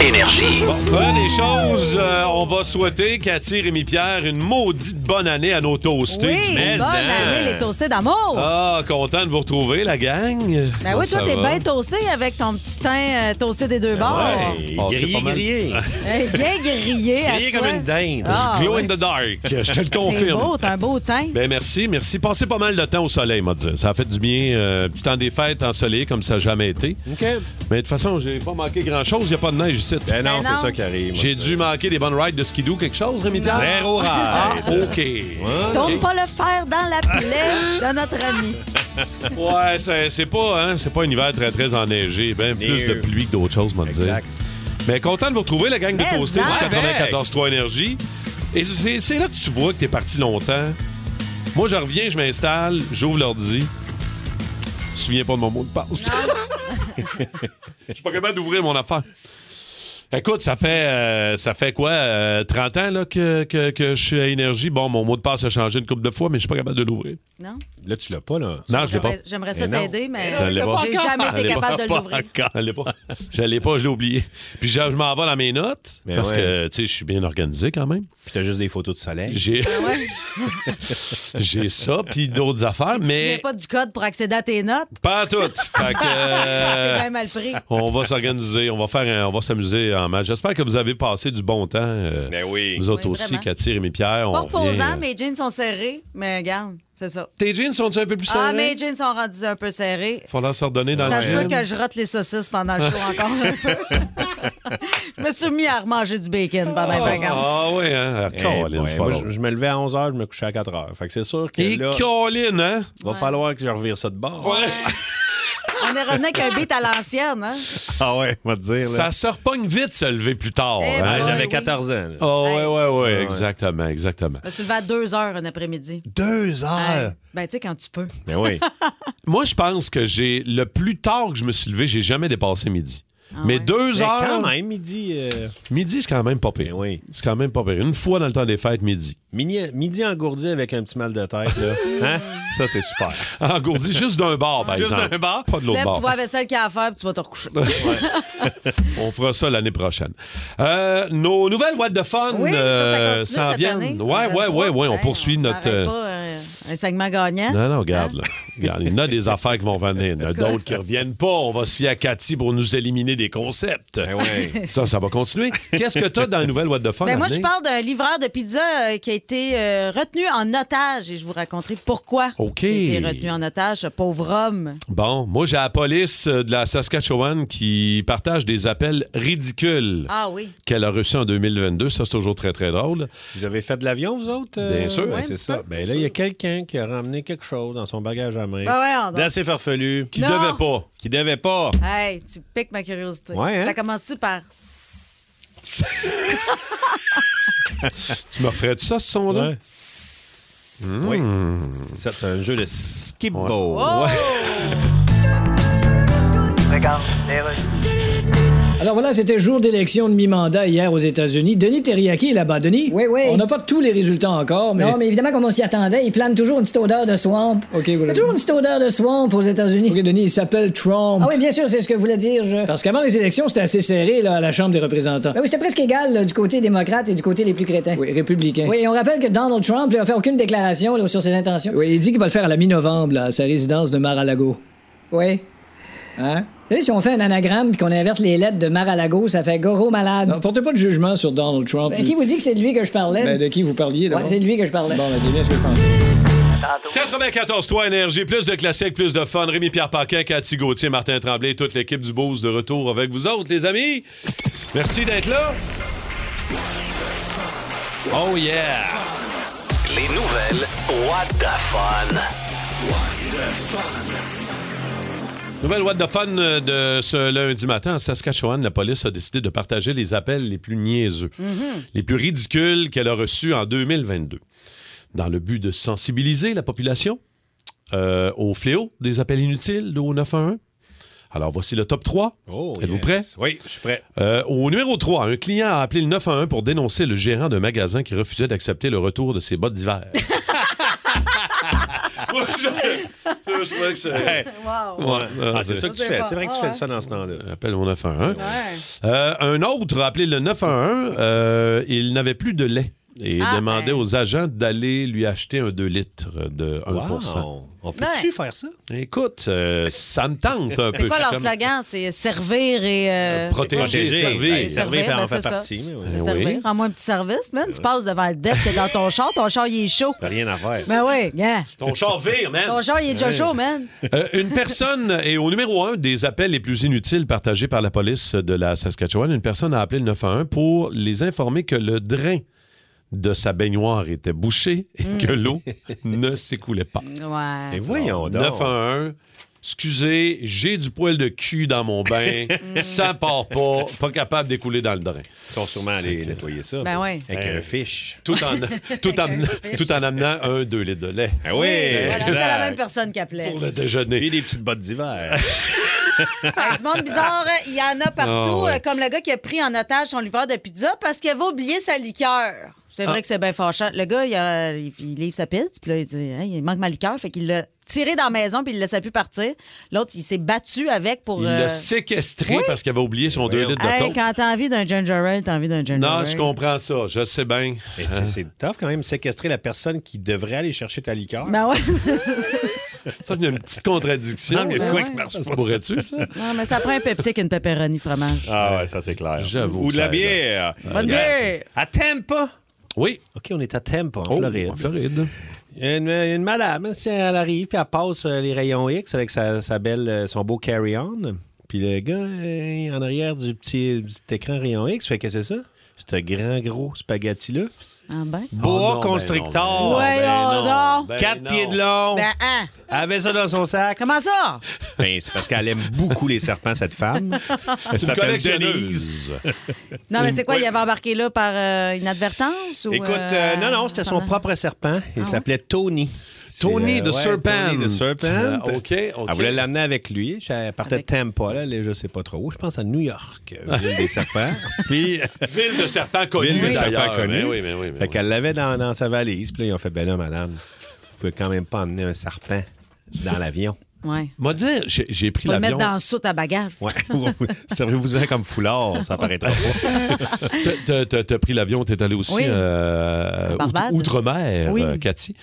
Énergie. Bon, première des choses, euh, on va souhaiter, Cathy, Rémi Pierre, une maudite bonne année à nos toastés. Oui, Mais, bonne hein. année, les toastés d'amour. Ah, content de vous retrouver, la gang. ben oui, Ça, toi, ça t'es va. bien toasté avec ton petit teint euh, toasté des deux bords. Ouais, Oh, c'est grillé, pas mal. grillé. Eh, bien grillé à Grillé soi. comme une dinde. Ah, Glow oui. in the dark, je te le T'es confirme. beau, t'as un beau teint. Ben merci, merci. Passez pas mal de temps au soleil, m'a dit. Ça a fait du bien. euh, petit temps des fêtes ensoleillé comme ça n'a jamais été. OK. Mais de toute façon, j'ai pas manqué grand-chose. Il n'y a pas de neige ici. Ben Ben non, non. c'est ça qui arrive. J'ai dû manquer des bonnes rides de skidoo, quelque chose, Rémi Pierre? Zéro ride. Ah, Oh. OK. Tombe pas le fer dans la plaie de notre ami. Ouais, c'est c'est pas, hein, c'est pas un hiver très, très enneigé. Ben plus de pluie que d'autres choses, m'a dit. Exact. Mais content de vous retrouver, la gang de Mais Toastés ça. du 94.3 Énergie. Et c'est c'est là que tu vois que t'es parti longtemps. Moi, je reviens, je m'installe, j'ouvre l'ordi. Je me souviens pas de mon mot de passe. Je suis pas capable d'ouvrir mon affaire. Écoute, ça fait, euh, ça fait quoi, euh, 30 ans là, que, que, que je suis à Énergie. Bon, mon mot de passe a changé une couple de fois, mais je suis pas capable de l'ouvrir. Non? Là, tu l'as pas, là. Non, je l'ai pas. J'aimerais- J'aimerais ça Mais non. t'aider, mais Je l'ai pas. j'ai jamais Je été l'ai capable de pas l'ouvrir. encore. Je l'ai pas. Je l'ai pas, je l'ai oublié. Puis je, je m'en vais dans mes notes Mais parce Ben ouais. que, tu sais, je suis bien organisé quand même. Puis t'as juste des photos de soleil. J'ai Ah j'ai ça, puis d'autres affaires, Tu n'as mais pas du code pour accéder à tes notes? pas toutes. Fait que, T'es euh, bien mal pris. on va s'organiser, on va faire, un- on va s'amuser en match. J'espère que vous avez passé du bon temps. euh, Ben oui. Vous autres Oui, aussi, vraiment. Cathy, Rémi Pierre. Pas on revient, reposant, euh, mes jeans sont serrés, mais regarde, c'est ça. Tes jeans sont-ils un peu plus Ah, serrés? mes jeans sont rendus un peu serrés. Faudra se redonner dans Ça le se peut gym. que je rote les saucisses pendant le show encore un peu. je me suis mis à remanger du bacon pendant les vacances. Ah oui, hein? Ah, Eh, Colin, ouais, c'est pas moi, drôle. je, je me levais à 11h, je me couchais à 4h. Fait que c'est sûr que Et là, Colin, hein? va falloir que je revire ça de bord. Ah. On est revenu avec un beat à l'ancienne, hein? Ah ouais, on va te dire. là. Ça se repogne vite se lever plus tard. Eh hein? Hein, Ouais, J'avais oui. 14 ans. là. Oh, ouais, ouais, ouais, Ouais. exactement, exactement. Je me suis levé à deux heures un après-midi. Deux Ah. heures. Hey, Ben, tu sais, quand tu peux. Mais oui. Moi, je pense que j'ai le plus tard que je me suis levé, j'ai jamais dépassé midi. Ah Mais deux Mais heures, quand même, midi. euh, midi, c'est quand même pas pire. Ben oui. C'est quand même pas pire. Une fois dans le temps des fêtes, midi. Mini- Midi engourdi avec un petit mal de tête, là. Hein? Ça, c'est super. Engourdi juste d'un bar, par Juste exemple. d'un bar? Pas de l'autre Lève, tu bar. vois la vaisselle qu'il y a à faire, puis tu vas te recoucher. On fera ça l'année prochaine. Euh, nos nouvelles What the Fun Oui, ça, euh, ça s'en continue cette année. viennent. Ouais, ouais, ouais, ouais, on Hey, poursuit notre. arrête euh, pas Hein? euh, un segment gagnant. Non, non, regarde, là. Regarde, il y en a des affaires qui vont venir. Il y en a d'autres qui reviennent pas. On va se fier à Cathy pour nous éliminer des concepts. Ben oui. Ça, ça va continuer. Qu'est-ce que t'as dans la nouvelle What the Fun? Ben, moi, Anne-Lé? je parle d'un livreur de pizza euh, qui a été euh, retenu en otage et je vous raconterai pourquoi OK. il a été retenu en otage, ce pauvre homme. Bon, moi, j'ai la police euh, de la Saskatchewan qui partage des appels ridicules Ah oui. qu'elle a reçus en 2022. Ça, c'est toujours très, très drôle. Vous avez fait de l'avion, vous autres? Bien sûr. Ben, Ouais, c'est ça. Ben là, il y a quelqu'un qui a ramené quelque chose dans son bagage à main. Ben voyons donc. D'assez farfelu. Qui Non. devait pas. Qui devait pas. Hey, tu piques ma curiosité. Ouais, hein? Ça commence-tu par... Tu me referais-tu ça, ce son-là? Ouais. Oui. Mmh. C'est un jeu de skip-ball. Oh! Alors voilà, c'était jour d'élection de mi-mandat hier aux États-Unis. Denis Terriaki est là-bas, Denis. Oui, oui. On n'a pas tous les résultats encore, mais. Non, mais évidemment, comme on s'y attendait, il plane toujours une petite odeur de swamp. OK, Il y voilà. a toujours une petite odeur de swamp aux États-Unis. OK, Denis, il s'appelle Trump. Ah oui, bien sûr, c'est ce que voulait dire, je. Parce qu'avant les élections, c'était assez serré là, à la Chambre des représentants. Ben oui, c'était presque égal là, du côté démocrate et du côté les plus crétins. Oui, républicain. Oui, et on rappelle que Donald Trump n'a fait aucune déclaration là, sur ses intentions. Oui, il dit qu'il va le faire à la mi-novembre, là, à sa résidence de Mar-a-Lago. Oui. Hein? Vous savez, si on fait un anagramme puis qu'on inverse les lettres de Mar-a-Lago, ça fait Goro malade. Non, portez pas de jugement sur Donald Trump. Ben, qui vous dit que c'est de lui que je parlais? Ben, de qui vous parliez, là? Ouais, c'est de lui que je parlais. Bon, ben, c'est bien ce que je pensais. 94 3 Énergie, plus de classiques, plus de fun. Rémi Pierre Paquin, Cathy Gauthier, Martin Tremblay, et toute l'équipe du Bose de retour avec vous autres, les amis. Merci d'être là. Oh yeah! Les nouvelles. What the fun. Nouvelle What the Fun euh, de ce lundi matin. En Saskatchewan, la police a décidé de partager les appels les plus niaiseux, les plus ridicules qu'elle a reçus en 2022, dans le but de sensibiliser la population euh, au fléau des appels inutiles au 911. Alors, voici le top 3. Oh, Êtes-vous yes. prêts? Oui, je suis prêt. Euh, au numéro 3, un client a appelé le 911 pour dénoncer le gérant d'un magasin qui refusait d'accepter le retour de ses bottes d'hiver. je, je trouvais que c'est. Hey. Wow. Ouais, euh, Ah, c'est ça que tu c'est fais. fort. C'est vrai que tu Ah fais ouais. ça dans ce temps-là. Appelle au 911. Ouais. Euh, un autre a appelé le 911. euh, il n'avait plus de lait et Ah, demandait ben. aux agents d'aller lui acheter un 2 litres de 1 Wow. On peut-tu Ouais. faire ça? Écoute, euh, ça me tente un peu. C'est quoi Je suis leur comme- slogan? C'est servir et. euh, Protéger, Protéger, servir. ben, Servir, servir, en ben, fait c'est ça. partie. mais oui. Ben Servir, hein. oui. rends-moi un petit service, man. Tu passes devant le deck, t'es dans ton char, ton char, il est chaud. T'as rien à faire. Ben oui, bien. Ton char vire, man. Ton char, il est déjà chaud, man. Euh, une personne est au numéro un des appels les plus inutiles partagés par la police de la Saskatchewan. Une personne a appelé le 911 pour les informer que le drain de sa baignoire était bouché et Mm. que l'eau ne s'écoulait pas. Mais Ouais. voyons donc. 911. Excusez, j'ai du poil de cul dans mon bain, ça part pas, pas capable d'écouler dans le drain. Ils sont sûrement allés nettoyer ça. Ben oui. Avec Hey. un fiche. Tout en, tout en, tout en amenant un, deux litres de lait Ah Voilà, c'est la même personne qui appelait. pour le déjeuner. Puis des petites bottes d'hiver. Hey, du monde bizarre, hein, il y en a partout, Ah, ouais. euh, comme le gars qui a pris en otage son livreur de pizza parce qu'il avait oublié sa liqueur. C'est vrai que c'est bien fâchant. Le gars, il, a- il- il livre sa pizza, puis là, il dit Hey, il manque ma liqueur, fait qu'il l'a tiré dans la maison, puis il le laissait plus partir. L'autre, il s'est battu avec pour. Il euh, l'a séquestré parce qu'il avait oublié son deux litres de Hey, coke. quand t'as envie d'un ginger ale, t'as envie d'un ginger ale. Non, je comprends ça, je sais bien. Hein? Mais c'est- c'est tough quand même, séquestrer la personne qui devrait aller chercher ta liqueur. Ben ouais. Ça, il y a une petite contradiction. Non, mais Ben quoi ouais. qui marche Ça pas. pourrait-tu, ça? non, mais ça prend un Pepsi qu'une pepperoni fromage. Ah ouais, ça c'est clair. J'avoue Ou que de la ça aide. bière. Bonne bière. À Tampa. Oui. OK, on est à Tampa, en Oh, Floride. En Floride. Il y a une, une madame, hein, si elle arrive, puis elle passe euh, les rayons X avec sa, sa belle, euh, son beau carry-on. Puis le gars, euh, en arrière du petit, du petit écran rayon X, fait que c'est ça? C'est un grand, gros spaghetti-là. Ah ben. Boa Oh non, ben constrictor. non, ben non. Voyons donc. Ben Quatre non. pieds de long. Ben, hein. Elle avait ça dans son sac. Comment ça? Ben, c'est parce qu'elle aime beaucoup les serpents, cette femme. Elle C'est une s'appelle collectionneuse. Denise. Non, mais c'est quoi? Ouais. Il avait embarqué là par euh, inadvertance? Ou, Écoute, euh, euh, non, non, c'était son sans- propre serpent. Ah Il s'appelait Tony. Tony C'est, euh, the Serpent. Tony the Serpent. Euh, OK, OK. Elle voulait l'amener avec lui. Ça- Elle partait Avec- de Tampa, là, là, je sais pas trop où. Je pense à New York, euh, ville des serpents. Puis, Ville de serpent connu. ville des d'ailleurs. serpents connue. Ben oui, mais oui, mais fait oui. qu'elle l'avait dans, dans sa valise. Puis là, ils ont fait, ben là, madame, vous pouvez quand même pas emmener un serpent dans l'avion. Ouais. M'a dit, j'ai- j'ai pris Faut le l'avion. mettre dans le soute à bagages. Ouais. Servez-vous-en comme foulard, ça paraîtra pas. T'as- t'as- T'as t'as pris l'avion, t'es allé aussi Oui. euh, Barbade. outre- outre-mer, Oui. euh, Cathy.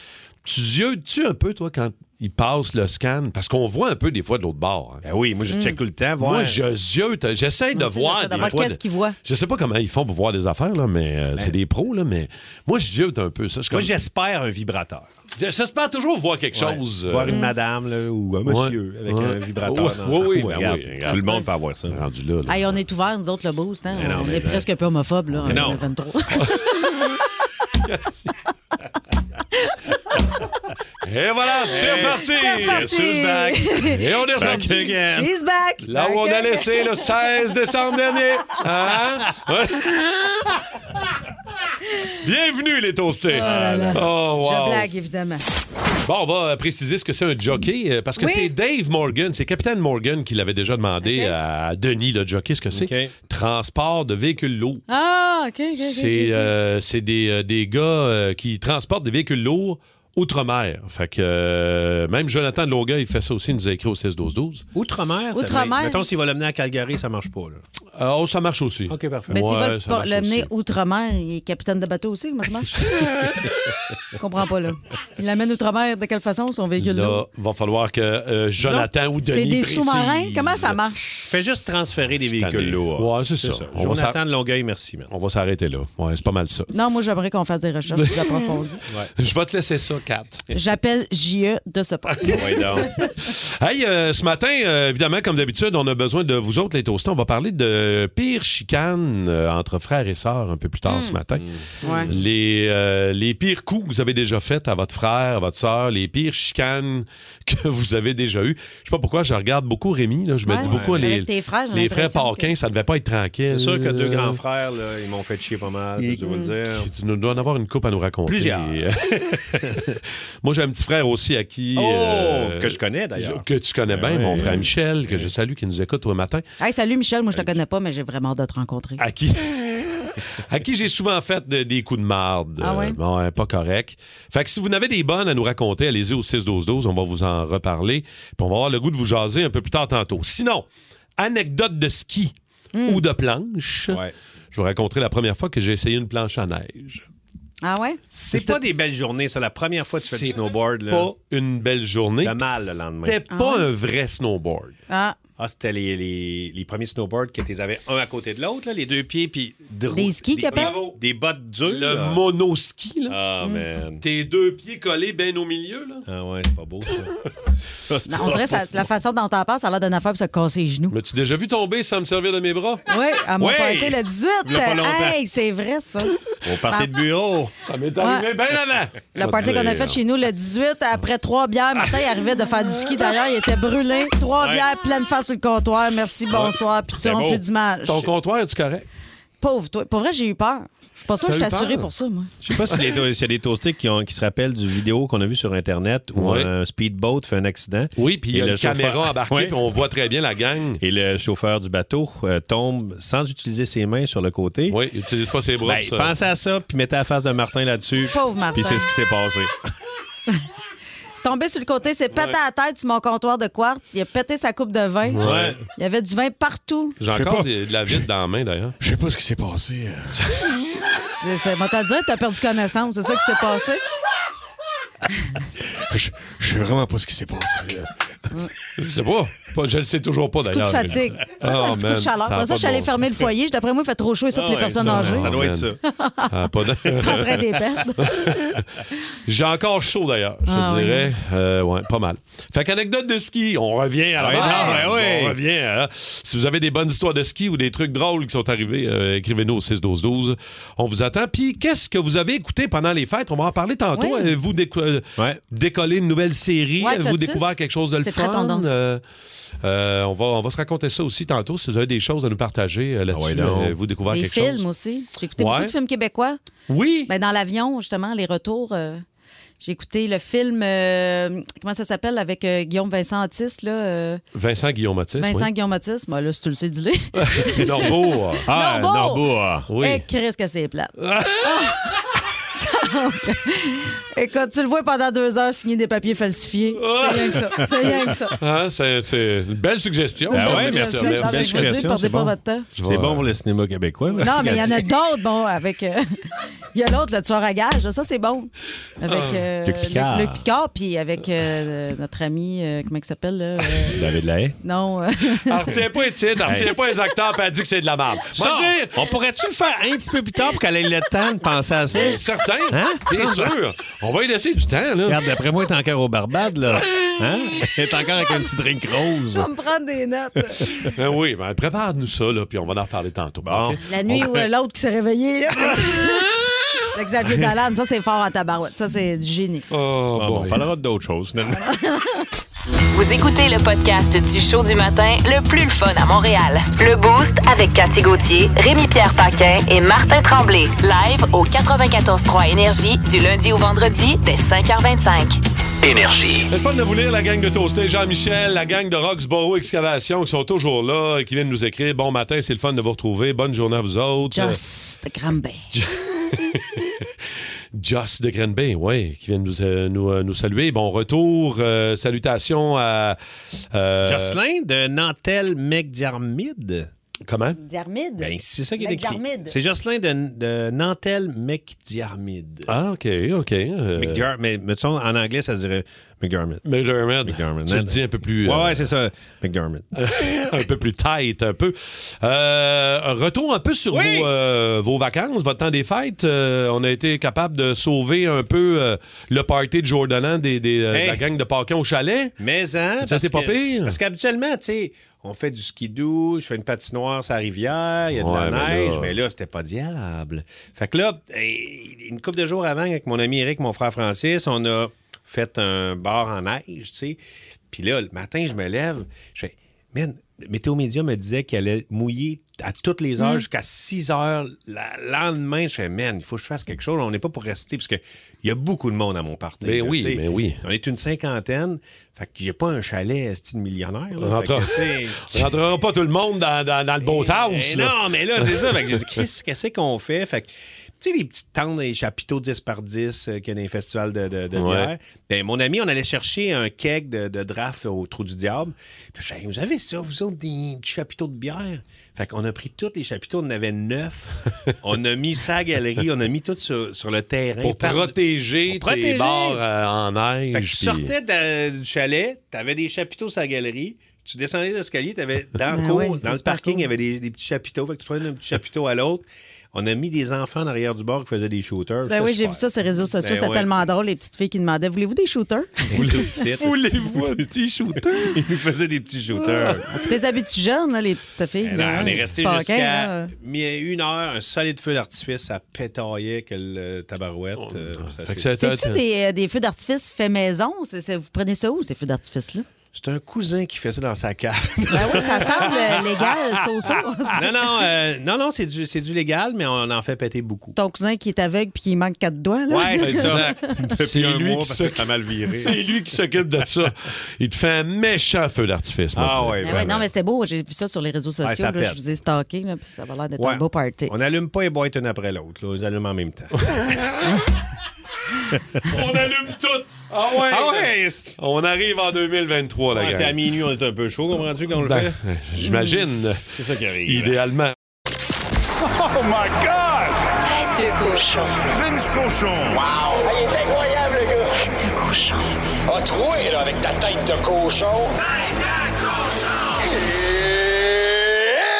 Tu yeux-tu un peu, toi, quand ils passent le scan? Parce qu'on voit un peu des fois de l'autre bord. hein. Ben oui, moi, je check tout le temps. Voir. Moi, je ziote. J'essaie de aussi, voir. j'essaie de des voir fois qu'est-ce de- qu'ils voient. Je sais pas comment ils font pour voir des affaires, là, mais euh, c'est des pros, là, mais moi, je ziote un peu ça. Je suis Moi, comme- j'espère un vibrateur. J'espère toujours voir quelque Ouais. chose. euh, Voir une madame là, ou un monsieur Ouais. avec Ouais. un vibrateur. Ouais. dans- Ouais, oui, ben Regarde, oui, Tout regarde. le monde peut avoir ça. rendu là. là. Hey, on est ouverts, nous autres, le boost. Hein? Mais non, on mais est je- presque un peu homophobe là, en Mais non. 2023. Et voilà, c'est reparti! Suze back. Et on est Back reparti. again. She's back! Là où on a Back. laissé le 16 décembre dernier. Hein? Ouais. Bienvenue, les toastés. Oh, wow. Ah Je blague, évidemment. Bon, on va euh, préciser ce que c'est un jockey, euh, parce que Oui. c'est Dave Morgan, c'est Capitaine Morgan qui l'avait déjà demandé Ok. à Denis, le jockey, ce que c'est. Ok. Transport de véhicules lourds. Ah, OK, OK. C'est euh, c'est des, euh, des gars euh, qui transportent des véhicules lourds outre-mer. Fait que euh, même Jonathan de Longueuil fait ça aussi, il nous a écrit au 6-12-12. Outre-mer, ça Outre-mer. va être- Mettons, s'il va l'amener à Calgary, ça marche pas. Là. Euh, oh, ça marche aussi. OK, parfait. Mais Ben, s'ils Ouais, veulent ça pas marche l'amener aussi. outre-mer, il est capitaine de bateau aussi, comment ça marche? Je comprends pas, là. Il l'amène outre-mer de quelle façon, son véhicule Là, là? va falloir que euh, Jonathan ou Denis C'est des précise. sous-marins? Comment ça marche? Fais juste transférer des tanné. véhicules lourds. Ouais, c'est ça. On va Jonathan s'arr- de Longueuil, merci. man. On va s'arrêter là. Ouais, c'est pas mal ça. Non, moi, j'aimerais qu'on fasse des recherches plus approfondies. Je vais te laisser ça, Kat. J'appelle JE de ce pas. Ouais, donc. Hey, euh, ce matin, euh, évidemment, comme d'habitude, on a besoin de vous autres, les toastés. On va parler de pire chicane euh, entre frères et sœurs un peu plus tard ce matin. Hmm. Ouais. Les, euh, les pires coups que vous avez déjà faits à votre frère, à votre sœur, les pires chicanes que vous avez déjà eues. Je sais pas pourquoi, je regarde beaucoup Rémi. Là, je me Ouais. dis beaucoup, Avec les, tes frères, j'ai les frères l'impression Parquin, que- ça devait pas être tranquille. C'est sûr que deux grands frères, là, ils m'ont fait chier pas mal, je dois vous le dire. Puis Tu nous dois en avoir une coupe à nous raconter. Euh, euh, Plusieurs. Moi, j'ai un petit frère aussi à qui. Oh, euh, que je connais d'ailleurs. que tu connais Ben bien, ouais. mon hein. frère Michel, que je salue, qui nous écoute au matin, Ah. Hey, salut Michel, moi je te connais pas, mais j'ai vraiment hâte de te rencontrer. à qui, à qui j'ai souvent fait de- des coups de marde. Ah ouais? Euh, bon, hein, pas correct. Fait que si vous n'avez des bonnes à nous raconter, allez-y au 6-12-12, on va vous en reparler. Puis on va avoir le goût de vous jaser un peu plus tard tantôt. Sinon, anecdote de ski Hmm. ou de planche. Ouais. Je vous raconterai la première fois que j'ai essayé une planche à neige. Ah ouais? C'est pas des belles journées, ça. La première fois que tu fais du C'est snowboard, là. Pas une belle journée. T'as mal le lendemain. C'était pas un vrai snowboard. Ah, Ah, c'était les, les, les premiers snowboards que tu avais un à côté de l'autre, là, les deux pieds, puis drou- Des skis des, qu'ils appellent? des bottes dures. Le là. monoski, là. Ah, man. Tes deux pieds collés bien au milieu, là. Ah, ouais, c'est pas beau, ça. ça. c'est non, pas on dirait beau. ça, la façon dont t'en parles, ça a l'air d'une affaire pour se casser les genoux. M'as-tu déjà vu tomber sans me servir de mes bras? Oui, à mon Ouais! party le 18. V'là pas longtemps. Hey, c'est vrai, ça. Au party de bureau. Ça m'est arrivé bien avant. Le party euh, qu'on a fait chez nous le 18, après trois bières, Martin, il arrivait de faire du ski. D'ailleurs, il était brûlé. Trois Ouais. bière, bières, pleine face sur le comptoir. Merci, bonsoir. Puis tu C'est n'auras beau. plus d'image. Ton comptoir, es-tu correct? Pauvre toi. Pour vrai, j'ai eu peur. Je suis pas sûre que je T'as eu t'assurais peur? pour ça, moi. Je sais pas s'il y a des- s'il y a des toastés qui, ont- qui se rappellent du vidéo qu'on a vu sur Internet où Ouais. un speedboat fait un accident. Oui, puis il y Et a le une caméra chauffeur- embarquée, Ouais. puis on voit très bien la gang. Et le chauffeur du bateau euh, tombe sans utiliser ses mains sur le côté. Oui, il utilise pas ses bras. Ben, pour ça. pensez à ça, puis mettez la face de Martin là-dessus. Pauvre Martin. Puis c'est ce qui s'est passé. Tombé sur le côté, c'est pété à la tête sur mon comptoir de quartz. Il a pété sa coupe de vin. Ouais. Il y avait du vin partout. J'ai sais encore pas. des- de la vitre dans la main, d'ailleurs. Je sais pas ce qui s'est passé. euh. C'est- Moi, t'as dit, t'as perdu connaissance. C'est ça qui s'est passé. Je, sais vraiment pas ce qui s'est passé. euh. Je sais pas. Pas- Je le sais toujours pas, Petit coup de d'ailleurs. fatigue. un Oh, petit coup de chaleur. man, ça a Après ça, pas je de suis allée bon fermer le foyer. Je- D'après moi, il fait trop chaud ici Ah, pour les personnes âgées. Ça doit être ça. Ah, pas de- T'es en train d'y perdre. J'ai encore chaud, d'ailleurs, je Ah, te dirais. Euh, ouais, pas mal. Fait qu'anecdote de ski, on revient à la Ah Ouais, base. non, ben oui. On revient. hein. Si vous avez des bonnes histoires de ski ou des trucs drôles qui sont arrivés, euh, écrivez-nous au 6-12-12. On vous attend. Puis, qu'est-ce que vous avez écouté pendant les fêtes? On va en parler tantôt. Euh, Oui. Vous Ouais. décoller une nouvelle série? Ouais, vous Lotus. découvert quelque chose de le C'est très fun? tendance. Euh, euh, on, va, on va se raconter ça aussi tantôt. Si vous avez des choses à nous partager euh, là-dessus, Ah ouais, donc. euh, vous découvert Des quelque films chose? aussi. J'ai écouté Ouais. beaucoup de films québécois. Oui! Ben, dans l'avion, justement, les retours. euh, j'ai écouté le film, euh, comment ça s'appelle, avec euh, Guillaume Vincent Otis, là. euh, Vincent Guillaume Matisse. Vincent Guillaume Otis. Ben, là, si tu le sais, dis-le. oui. Norbeau. Ah, Norbeau! Norbois. Oui. Et Eh, Chris, que c'est plate. Ah! Ça, ok. Écoute, tu le vois pendant deux heures signer des papiers falsifiés. C'est rien que ça. C'est rien que ça. Hein, c'est, c'est une belle suggestion. Ah Une ouais, belle merci, suggestion. J'ai envie de merci. vous dire, Belle suggestion, Perdez c'est pas bon. votre temps. Je C'est vais- bon pour le cinéma québécois. là. Non, mais il y en a d'autres, bon, avec. euh, Il y a l'autre, le tueur à gage, ça c'est bon. Avec euh, Ah. Luc Picard. Luc- Luc Picard, puis avec euh, notre ami, euh, comment il s'appelle, là? euh, David Lahaye. non. euh, Elle retient pas les titres, elle retient pas les acteurs, puis elle dit que c'est de la merde. Ça, Moi, dire, on pourrait-tu le faire un petit peu plus tard pour qu'elle ait le temps de penser à ça? certain, Hein? c'est Ça, ça. sûr. On va y laisser du temps, là. Regarde, d'après moi, elle est encore au Barbade, là. Hein? Elle est encore avec un petit drink rose. Je vais me prendre des notes. Ben oui, ben, prépare-nous ça, là, puis on va en reparler tantôt. OK? La nuit où euh, l'autre qui s'est réveillé, là. Le Xavier Dolan, ça c'est fort en tabarouette. Ça c'est du génie. Oh, Ah, bon, boy. on parlera d'autres choses, finalement. Vous écoutez le podcast du show du matin le plus le fun à Montréal. Le Boost avec Cathy Gauthier, Rémi-Pierre Paquin et Martin Tremblay. Live au 94.3 Énergie du lundi au vendredi dès 5h25. Énergie. C'est le fun de vous lire, la gang de Toasté, Jean-Michel, la gang de Roxborough Excavation qui sont toujours là et qui viennent nous écrire. Bon matin, c'est le fun de vous retrouver. Bonne journée à vous autres. Just Grambay. Euh, Joss de Green Bay, oui, qui vient de nous, euh, nous, euh, nous saluer. Bon retour. euh, salutations à. euh, Jocelyn de Nantel Megdiarmid. Comment? Dermide. Ben, c'est ça qui est écrit. Megdiarmid. C'est Jocelyn de, de Nantel Megdiarmid. Ah, OK, OK. euh, McDiar- mais mettons, en anglais, ça dirait McDermott. McDermott. McDermott. Tu le dis un peu plus. ouais, euh, ouais, c'est ça. McDermott. un peu plus tight, un peu. Euh, un retour un peu sur Oui! vos, euh, vos vacances, votre temps des fêtes. Euh, on a été capable de sauver un peu euh, le party de Jordanan des, des, euh, de Hey! la gang de Paquin au chalet. Mais, hein, Ça, c'est parce pas que- pire. Parce qu'habituellement, tu sais, on fait du skidoo, je fais une patinoire sur la rivière, il y a de Ouais, la mais neige, là- mais là, c'était pas diable. Fait que là, eh, une couple de jours avant, avec mon ami Eric, mon frère Francis, on a fait un bar en neige, tu sais. Puis là, le matin, je me lève, je fais, man, Météo Média me disait qu'elle allait mouiller à toutes les heures jusqu'à 6 heures. Le lendemain, je fais, man, il faut que je fasse quelque chose. On n'est pas pour rester parce qu'il y a beaucoup de monde à mon parti. Ben là, oui, tu sais. ben oui. On est une cinquantaine. Fait que j'ai pas un chalet style millionnaire. On là. Fait que, rentrera, tu sais, on rentrera pas tout le monde dans, dans- dans le beau house. Eh là. Non, mais là, c'est ça. Fait que j'ai dit, Chris, qu'est-ce qu'on fait? Fait que, tu sais, les petites tentes, les chapiteaux 10 par 10 euh, qu'il y a dans les festivals de, de, de Ouais. bière. Ben, mon ami, on allait chercher un keg de, de draft au Trou du Diable. Puis je dis, Hey, vous avez ça, vous autres, des petits chapiteaux de bière? Fait qu'on a pris tous les chapiteaux, on en avait neuf. on a mis sa galerie, on a mis tout sur, sur le terrain. Pour Par- protéger Pour tes protéger. bars euh, en neige. Fait que tu puis- sortais de- du chalet, t'avais des chapiteaux sur la galerie, tu descendais les escaliers, t'avais dans le Ah cours, ouais, c'est dans le super parking, il cool. y avait des, des petits chapiteaux. Fait que tu prenais un petit chapiteau à l'autre. On a mis des enfants derrière du bar qui faisaient des shooters. Ben C'était oui, j'ai super. vu ça sur les réseaux sociaux. Ben C'était ouais. tellement drôle, les petites filles qui demandaient Voulez-vous des shooters Tout petit. Voulez-vous un petit shooter? Ils nous faisaient des petits shooters. Ah. Des habitudes jeunes, là, les petites filles. Et là, là, Ben on les est petits resté paquins, jusqu'à là. mi- une heure, un solide feu d'artifice, ça pétaillait que le tabarouette. euh, ça Oh, Fait que s'est- ça- ça- C'est-tu des, euh, des feux d'artifice fait maison? C'est- c'est- vous prenez ça où, ces feux d'artifice-là? C'est un cousin qui fait ça dans sa cave. Ben oui, ça semble euh, légal, ça aussi. non, non, euh, non, non, c'est du, c'est du légal, mais on en fait péter beaucoup. Ton cousin qui est aveugle puis qui manque quatre doigts, là. Ouais, c'est ça. Exact. Depuis C'est un lui mois, qui parce se- que ça a mal viré. C'est lui qui s'occupe de ça. Il te fait un méchant feu d'artifice. moi, tu Ah sais. ouais, Ben ouais, vraiment. non, mais c'était beau. J'ai vu ça sur les réseaux sociaux. Ouais, ça là, pète. je vous ai stocké, là, puis ça va l'air d'être Ouais. un beau party. On n'allume pas les boîtes une après l'autre. là. On les allume en même temps. On allume tout. Ah ouais. c'est- On arrive en 2023, la Ouais, puis à gang. minuit, on est un peu chaud, comprends-tu, quand on le Ben, fait? J'imagine, C'est ça qui arrive. hein. idéalement. Tête de cochon. Ah, Il est incroyable, le gars! Tête de cochon. A troué, là, avec ta tête de cochon. Tête de cochon!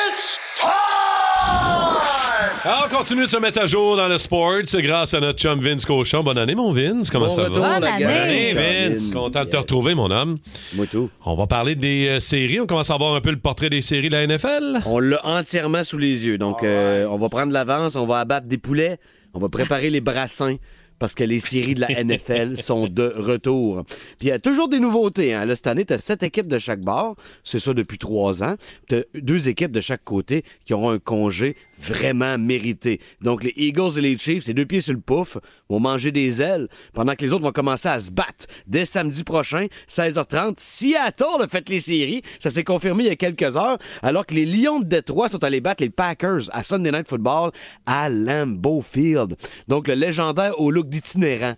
It's time! Alors, on continue de se mettre à jour dans le sport c'est grâce à notre chum Vince Cochon. Bonne année, mon Vince. Comment Bon ça retour, va? Bonne la année. gang. Bonne Hey, Caroline. Vince. Content de te Yes. retrouver, mon homme. Moi tout. On va parler des euh, séries. On commence à voir un peu le portrait des séries de la NFL. On l'a entièrement sous les yeux. Donc, euh, on va prendre l'avance, on va abattre des poulets, on va préparer les brassins. Parce que les séries de la NFL sont de retour. Puis il y a toujours des nouveautés. Hein. Là, cette année, tu as sept équipes de chaque bord. C'est ça depuis trois ans. Tu as deux équipes de chaque côté qui auront un congé vraiment mérité. Donc les Eagles et les Chiefs, les deux pieds sur le pouf, vont manger des ailes pendant que les autres vont commencer à se battre. Dès samedi prochain, 16h30, Seattle a fait les séries. Ça s'est confirmé il y a quelques heures, alors que les Lions de Détroit sont allés battre les Packers à Sunday Night Football à Lambeau Field. Donc le légendaire au look d'itinérant,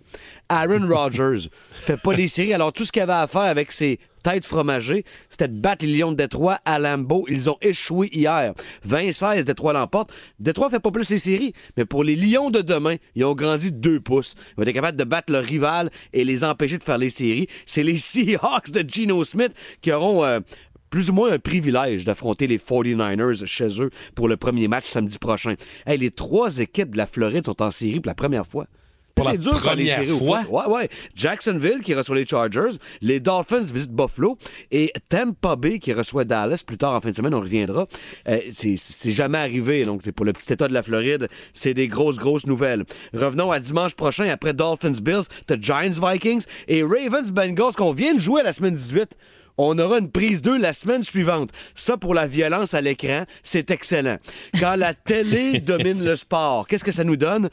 Aaron Rodgers, fait pas les séries. Alors tout ce qu'il avait à faire avec ses tête fromagée, c'était de battre les Lions de Détroit à Lambeau. Ils ont échoué hier. 26, Détroit l'emporte. Détroit fait pas plus les séries, mais pour les Lions de demain, ils ont grandi de deux pouces. Ils vont être capables de battre leur rival et les empêcher de faire les séries. C'est les Seahawks de Geno Smith qui auront euh, plus ou moins un privilège d'affronter les 49ers chez eux pour le premier match samedi prochain. Hey, les trois équipes de la Floride sont en série pour la première fois. Pour C'est la dur de faire les première séries au fois? foot. Ouais, ouais. Jacksonville qui reçoit les Chargers, les Dolphins visitent Buffalo et Tampa Bay qui reçoit Dallas plus tard en fin de semaine, on reviendra. Euh, c'est- c'est jamais arrivé, donc c'est pour le petit état de la Floride, c'est des grosses, grosses nouvelles. Revenons à dimanche prochain, après Dolphins Bills, The Giants Vikings et Ravens Bengals qu'on vient de jouer la semaine 18. On aura une prise 2 la semaine suivante. Ça, pour la violence à l'écran, c'est excellent. Quand la télé domine le sport, qu'est-ce que ça nous donne?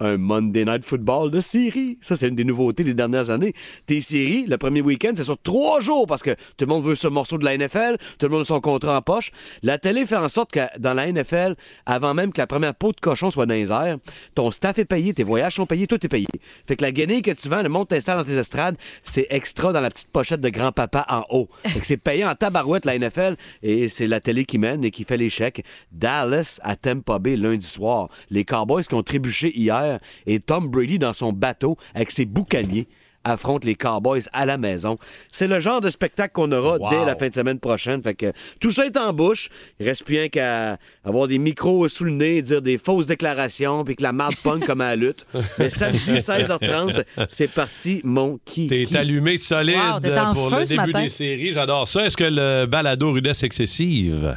un Monday Night Football de série. Ça, c'est une des nouveautés des dernières années. Tes séries, le premier week-end, c'est sur trois jours parce que tout le monde veut ce morceau de la NFL, tout le monde a son contrat en poche. La télé fait en sorte que dans la NFL, avant même que la première peau de cochon soit dans les airs, ton staff est payé, tes voyages sont payés, tout est payé. Fait que la guenille que tu vends, le monde t'installe dans tes estrades, c'est extra dans la petite pochette de grand-papa en haut. Fait que c'est payé en tabarouette, la NFL, et c'est la télé qui mène et qui fait l'échec. Dallas à Tampa Bay lundi soir. Les Cowboys qui ont trébuché hier et Tom Brady dans son bateau avec ses boucaniers affronte les Cowboys à la maison. C'est le genre de spectacle qu'on aura dès la fin de semaine prochaine. Fait que tout ça est en bouche. Il reste plus rien qu'à avoir des micros sous le nez, dire des fausses déclarations, puis que la marde pogne comme à la lutte. Mais samedi 16h30, c'est parti, mon qui. T'es allumé solide Wow, t'es en pour feu le ce début matin. des séries. J'adore ça. Est-ce que le balado rudesse excessive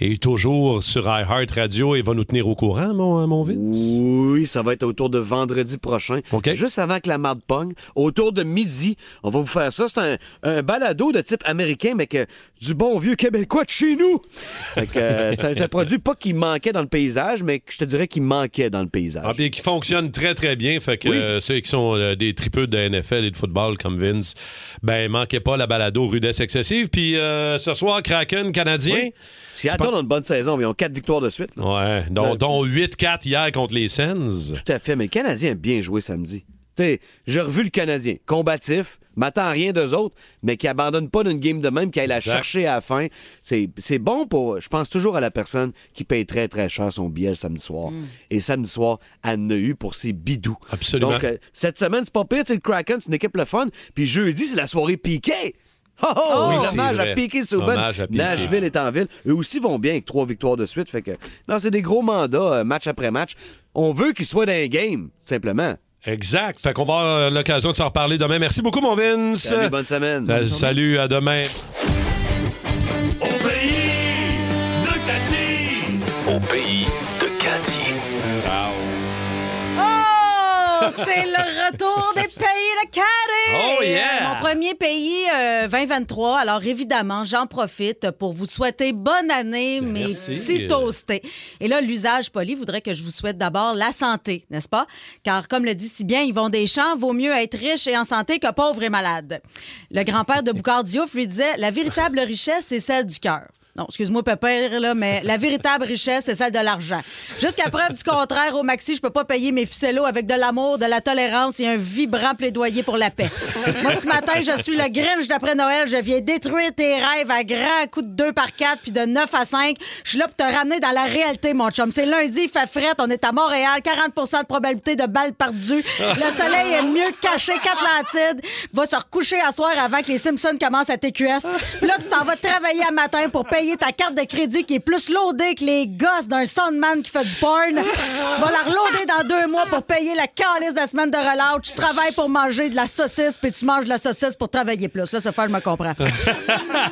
est toujours sur iHeart Radio et va nous tenir au courant, mon, mon Vince? Oui, ça va être autour de vendredi prochain. OK. Juste avant que la marde pogne, autour autour de midi. On va vous faire ça. C'est un, un balado de type américain, mais que du bon vieux québécois de chez nous. Fait que, euh, c'est un, c'est un produit pas qui manquait dans le paysage, mais que je te dirais qui manquait dans le paysage. Ah, puis qui fonctionne très, très bien. Fait que euh, ceux qui sont euh, des tripeux de NFL et de football comme Vince, ben, manquez pas la balado rudesse excessive. Puis euh, ce soir, Kraken canadien. Seattle a une bonne saison, mais ils ont quatre victoires de suite. là. Ouais, dont, dont 8-4 hier contre les Sens. Tout à fait, mais le Canadien a bien joué samedi. Tu sais, j'ai revu le Canadien, combatif, m'attend à rien d'eux autres, mais qui abandonne pas d'une game de même, qui aille la Exact. chercher à la fin. C'est c'est bon pour. Je pense toujours à la personne qui paye très, très cher son billet le samedi soir. Hmm. Et samedi soir, elle en a eu pour ses bidous. Absolument. Donc, euh, cette semaine, c'est pas pire. tu sais, Le Kraken, c'est une équipe le fun. Puis jeudi, c'est la soirée piquée. Oh, oh, Oui, c'est hommage vrai. à Piqué Souban. Hommage à Piqué. Nashville est en ville. Eux aussi vont bien avec trois victoires de suite. Fait que, non, c'est des gros mandats, euh, match après match. On veut qu'ils soient dans les games, tout simplement. Exact. Fait qu'on va avoir euh, l'occasion de s'en reparler demain. Merci beaucoup, mon Vince. Salut, bonne semaine. Ben, Euh, salut, à demain. Au pays de Cathy. Au pays de Cathy. Oh, c'est le retour des pays de Carré! Oh, yeah! Mon premier pays euh, 2023. Alors, évidemment, j'en profite pour vous souhaiter bonne année, mes Merci. petits toastés. Et là, l'usage poli voudrait que je vous souhaite d'abord la santé, n'est-ce pas? Car, comme le dit si bien Yvon Deschamps, vaut mieux être riche et en santé que pauvre et malade. Le grand-père de Boucard Diouf lui disait La véritable richesse, c'est celle du cœur. Non, excuse-moi, pépère, là, mais la véritable richesse, c'est celle de l'argent. Jusqu'à preuve du contraire, au maxi, je peux pas payer mes ficellos avec de l'amour, de la tolérance et un vibrant plaidoyer pour la paix. Moi, ce matin, je suis le Grinch d'après Noël. Je viens détruire tes rêves à grands coups de 2 par 4 puis de 9 à 5. Je suis là pour te ramener dans la réalité, mon chum. C'est lundi, il fait fret, on est à Montréal, 40 de probabilité de balles perdues. Le soleil est mieux caché qu'Atlantide. Va se recoucher à soir avant que les Simpsons commencent à TQS. Puis là, tu t'en vas travailler à matin pour payer ta carte de crédit qui est plus loadée que les gosses d'un soundman qui fait du porn. Tu vas la reloader dans deux mois pour payer la calice de la semaine de relâche. Tu travailles pour manger de la saucisse, puis tu manges de la saucisse pour travailler plus. Là, ça fait, je me comprends.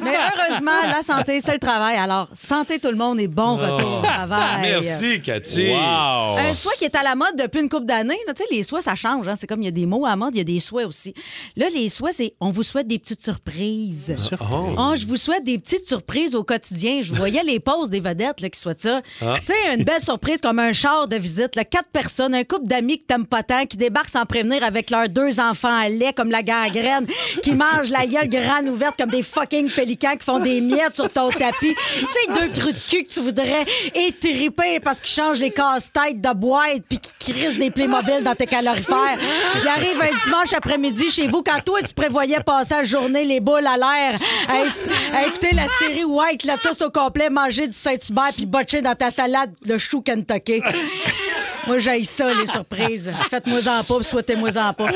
Mais heureusement, la santé, c'est le travail. Alors, santé tout le monde et bon retour au travail. Merci, Cathy. Un soie qui est à la mode depuis une couple d'années. là. Tu sais, les soies, ça change. hein. C'est comme il y a des mots à la mode, il y a des souhaits aussi. Là, les souhaits, c'est on vous souhaite des petites surprises. Oh, je vous souhaite des petites surprises au quotidien. Je voyais les pauses des vedettes là, qui souhaitent ça. Tu sais, une belle surprise comme un char de visite. là. Quatre personnes, un couple d'amis que t'aimes pas tant, qui débarquent sans prévenir avec leurs deux enfants à lait comme la gangrène, qui mangent la gueule grande ouverte comme des fucking pélicans qui font des miettes sur ton tapis. Tu sais, deux trous de cul que tu voudrais étriper parce qu'ils changent les casse-têtes de boîte puis qu'ils crissent des Playmobil dans tes calorifères. Il arrive un dimanche après-midi chez vous quand toi, tu prévoyais passer la journée les boules à l'air à, es- à écouter la série White, la sauce au complet, manger du Saint-Hubert puis botcher dans ta salade le chou Kentucky. Moi, j'aille ça, les surprises. Faites-moi en pas, puis souhaitez-moi en pas.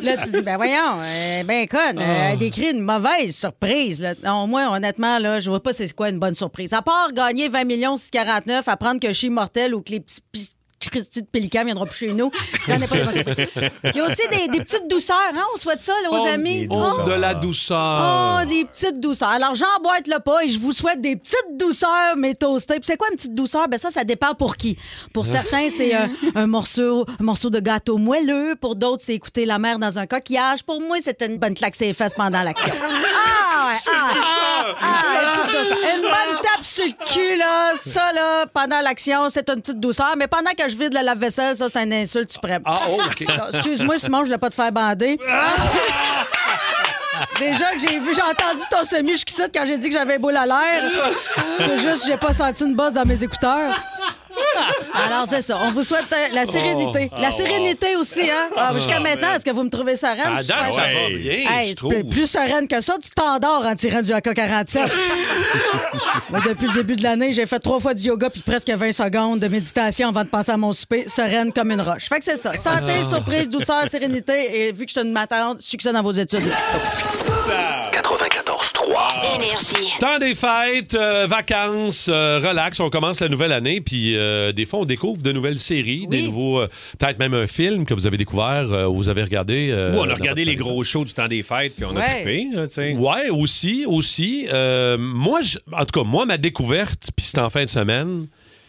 Là, tu dis, ben voyons, euh, ben conne, euh, elle décrit une mauvaise surprise. Là. Non, moi, honnêtement, là, je vois pas c'est quoi une bonne surprise. À part gagner 20 millions 649, apprendre que je suis mortel ou que les petits pis- crustis de pélicans viendront plus chez nous. J'en ai pas de bonne surprise. Il y a aussi des, des petites douceurs, hein? On souhaite ça, là, aux amis. Oh, de la douceur. Oh, des petites douceurs. Alors, j'emboîte le pas et je vous souhaite des petites douceurs, mes toastés. Puis c'est quoi une petite douceur? Ben ça, ça dépend pour qui. Ah. Pour certains, c'est un, un morceau, un morceau de gâteau moelleux. Pour d'autres, c'est écouter la mer dans un coquillage. Pour moi, c'est une bonne claque ses fesses pendant l'action. Ah, ouais, ah, ah, une petite douceur. Une bonne tape sur le cul, là. Ça, là, pendant l'action, c'est une petite douceur. Mais pendant que je vide le lave-vaisselle, ça, c'est une insulte suprême. Ah, oh, OK. Non, Excuse-moi, Simon, je voulais pas te faire bander. Ah! Déjà que j'ai vu, j'ai entendu ton semi jusqu'ici quand j'ai dit que j'avais boule à l'air. C'est juste, j'ai pas senti une bosse dans mes écouteurs. Alors, c'est ça. On vous souhaite euh, la sérénité. la sérénité aussi, hein? Ah, Jusqu'à maintenant, est-ce que vous me trouvez sereine? À Ah, Je suis date, ça sereine. va bien, Hey, je tu trouve. peux- plus sereine que ça, tu t'endors en tirant du AK-47. Moi, depuis le début de l'année, j'ai fait trois fois du yoga puis presque 20 secondes de méditation avant de passer à mon souper, sereine comme une roche. Fait que c'est ça. Santé, surprise, douceur, sérénité. Et vu que je suis une matante, succès dans vos études. 94-3. Énergie. Temps des fêtes, euh, vacances, euh, relax, on commence la nouvelle année, puis euh, des fois on découvre de nouvelles séries, des nouveaux, euh, peut-être même un film que vous avez découvert, euh, ou vous avez regardé. euh, Ou on dans a regardé votre les gros shows du temps des fêtes, puis on a Ouais. trippé, là, tu sais. Ouais, aussi, aussi. Euh, moi, je- en tout cas, moi, ma découverte, puis c'est en fin de semaine,